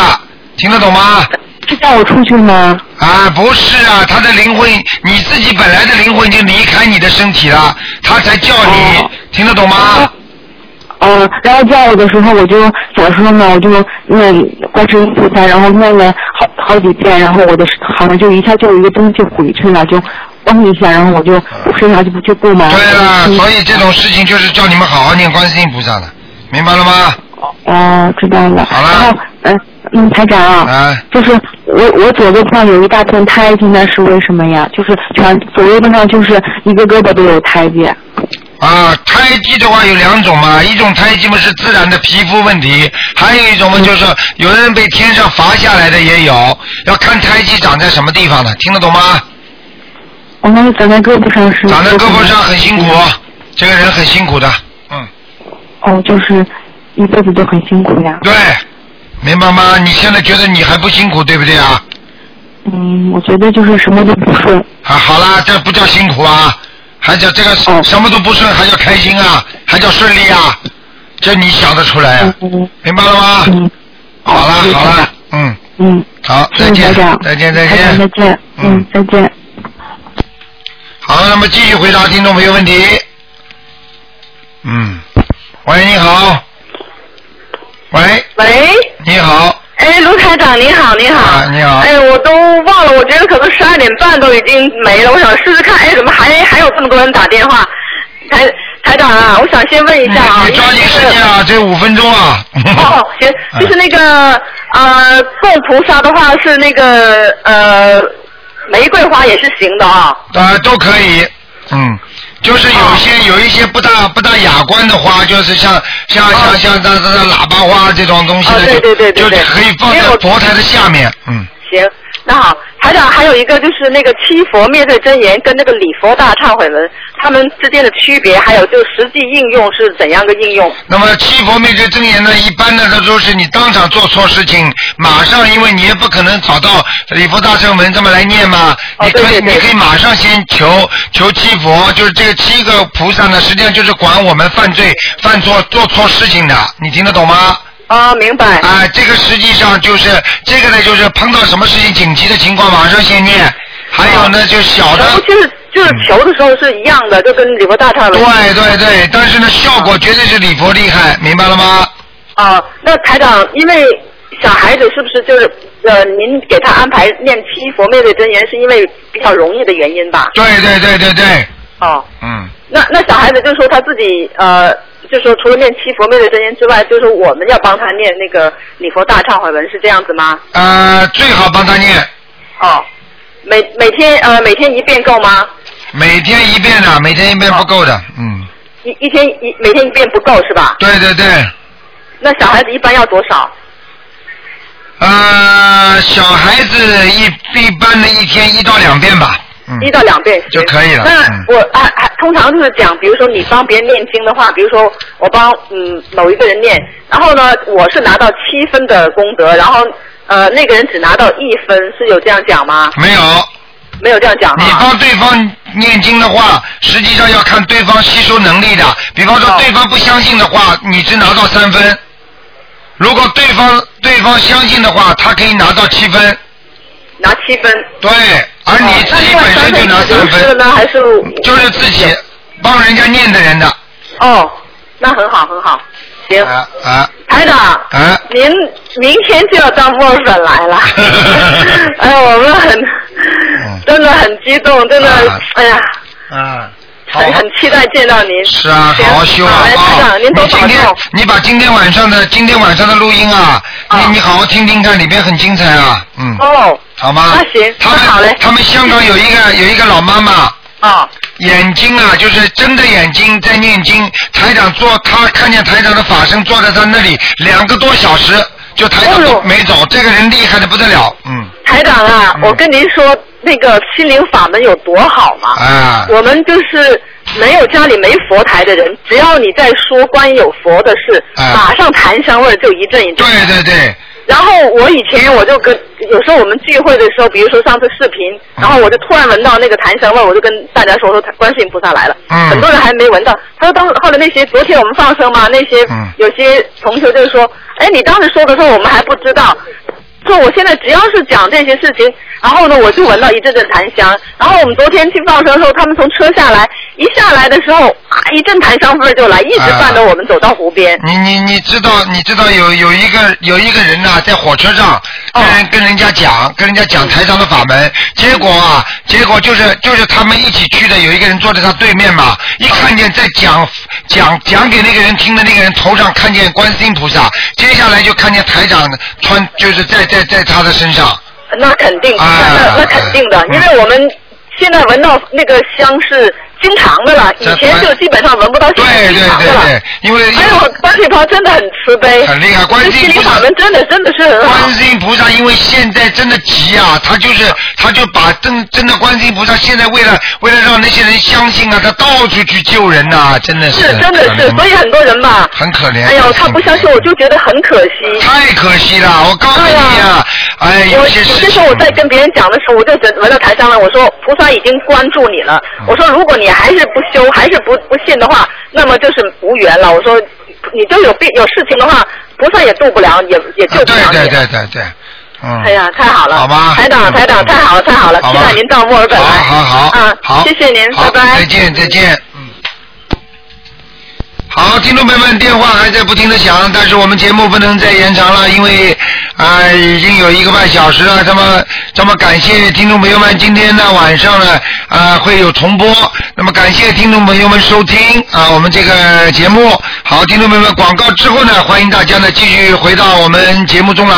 听得懂吗？是叫我出去吗？啊，不是啊，他的灵魂，你自己本来哦的灵魂已经离开你的身体了，他才叫你，听得懂吗？嗯、然后第二个的时候我就怎么说呢？我就念观世音菩萨，然后念了好好几遍，然后我的好像就一下就有一个东西回去了，就嗡一下，然后我就身上就不就不满。对啊，嗯所以这种事情就是叫你们好好念观世音菩萨的，明白了吗？哦，知道了。好了。然后，嗯、嗯，台长啊，就是我我左胳膊上有一大片胎记，那是为什么呀？就是全左胳膊上就是一个胳膊都有胎记。啊，胎记的话有两种嘛，一种胎记嘛是自然的皮肤问题，还有一种嘛就是有的人被天上罚下来的也有，要看胎记长在什么地方的，听得懂吗？我那个长在胳膊上是。长在胳膊上很辛苦，这个人很辛苦的，哦，就是一辈子都很辛苦呀。对，明白吗？你现在觉得你还不辛苦，对不对啊？嗯，我觉得就是什么都不顺。啊，好啦，这不叫辛苦啊，还叫这个什么都不顺，还叫开心啊，还叫顺利啊，这你想得出来啊？明白了吗？好啦，好啦，嗯嗯，好，谢再谢台见长，，再见，再台见长再。见，嗯，再见。好，那么继续回答听众朋友问题。嗯，喂，你好。喂，喂，你好，哎，卢台长你好，你好，啊，你好，哎，我都忘了，我觉得可能十二点半都已经没了，我想试试看，哎，怎么还还有这么多人打电话？台台长啊，我想先问一下哎啊，抓紧时间啊，这五分钟啊。 哦，行，就是那个呃，供菩萨的话是那个呃，玫瑰花也是行的啊。啊，都可以，嗯，就是有些有一些不大不大雅观的花，就是像像像像像像喇叭花这种东西的，啊对对对对，就是可以放在佛台的下面，嗯，行，那好，台长还有一个就是那个七佛灭罪真言跟那个礼佛大忏悔文，它们之间的区别，还有就实际应用是怎样个应用？那么七佛灭罪真言呢，一般呢，它都是你当场做错事情，马上，因为你也不可能找到礼佛大圣文这么来念嘛，哦你可以你可以马上先求求七佛，就是这个七个菩萨呢，实际上就是管我们犯罪、犯错、做错事情的，你听得懂吗？啊，明白。啊，这个实际上就是这个呢，就是碰到什么事情紧急的情况，马上先念。还有呢，就小的，哦就是就是求的时候是一样的，就跟礼佛大忏悔文。对对对，但是呢，效果绝对是礼佛厉害，明白了吗？啊，那台长，因为小孩子是不是就是呃，您给他安排念七佛灭罪真言，是因为比较容易的原因吧？对对对对对，哦，嗯，那那小孩子就说他自己呃，就说除了念七佛灭罪真言之外，就是我们要帮他念那个礼佛大忏悔文，是这样子吗？呃，最好帮他念，哦，每每天呃每天一遍够吗？每天一遍的，每天一遍不够的，嗯，一一天一每天一遍不够是吧？对对对，那小孩子一般要多少？呃，小孩子一一般的一天一到两遍吧，一到两遍嗯就可以了那嗯我啊还还、通常就是讲，比如说你帮别人念经的话，比如说我帮嗯某一个人念，然后呢，我是拿到七分的功德，然后呃那个人只拿到一分，是有这样讲吗？没有。没有这样讲你帮对方念经的话，实际上要看对方吸收能力的。比方说，对方不相信的话，你只拿到三分；如果对方对方相信的话，他可以拿到七分。拿七分。哦对，而你自己本身就拿三分。呢，还是就是自己帮人家念的人的哦，那很好很好，行，啊台长，啊！您明天就要当墨尔本 来了，哎，我们很嗯真的很激动，真的，哎呀。啊，很很期待见到您。是啊，好好修啊！哎台啊长，您多你保今重。天你把今天晚上的今天晚上的录音啊，你你好好听听看，里边很精彩啊，嗯。哦。好吗？那行，他们他们香港有一个有一个老妈妈。啊。眼睛啊，就是睁着眼睛在念经。台长坐，他看见台长的法身坐在他那里两个多小时，就台长哦都没走。这个人厉害的不得了，嗯台长啊，我跟您说，那个心灵法门有多好嘛？啊。我们就是没有家里没佛台的人，只要你在说关于有佛的事，马上檀香味儿就一阵一阵。啊对对对。然后我以前我就跟有时候我们聚会的时候，比如说上次视频，然后我就突然闻到那个檀香味儿，我就跟大家说说观世音菩萨来了。嗯很多人还没闻到，他说当后来那些昨天我们放生嘛，那些、有些同学就说，哎，你当时说的时候我们还不知道，就我现在只要是讲这些事情，然后呢，我就闻到一阵阵檀香。然后我们昨天去放生的时候，他们从车下来，一下来的时候啊，一阵檀香味儿就来，一直伴着我们走到湖边。你你你知道你知道有有一个有一个人呐、在火车上跟人、跟人家讲跟人家讲台上的法门，结果啊结果就是就是他们一起去的，有一个人坐在他对面嘛，一看见在讲讲讲给那个人听的那个人头上看见观世音菩萨，接下来就看见台长穿就是在在在他的身上，那肯定，啊那那肯定嗯的，因为我们现在闻到那个香是经常的了，以前就基本上闻不到经常的了。对，因为哎呦，关世婆真的很慈悲，很厉害观世音菩心灵萨法门真的真的是啊很好。观世音菩萨因为现在真的急啊，他就是他就把真真的观世音菩萨现在为了为了让那些人相信啊，他到处去救人呐、真的是真的可是，怜所以很多人吧，很可怜。哎呦，他不相信，我就觉得很可惜。太可惜了，我告诉你啊，哎，我有些有事些时候我在跟别人讲的时候，我就闻闻到台上了。我说菩萨已经关注你了。嗯我说如果你还是不修，还是不不信的话，那么就是无缘了。我说你就有病有事情的话，菩萨也渡不了，也也救不了你。啊对对对对，嗯，哎呀，太好了，好吧台长台长，太好了太好了，期啊嗯好吧待您到墨尔本来。好好好啊，好谢谢您，拜好拜。再见再见，嗯。好，听众朋友们，电话还在不停的响，但是我们节目不能再延长了，因为啊、呃已经有一个半小时了。这么这么感谢听众朋友们，今天呢晚上呢啊、呃会有重播，那么感谢听众朋友们收听啊、我们这个节目。好，听众朋友们，广告之后呢，欢迎大家呢继续回到我们节目中来。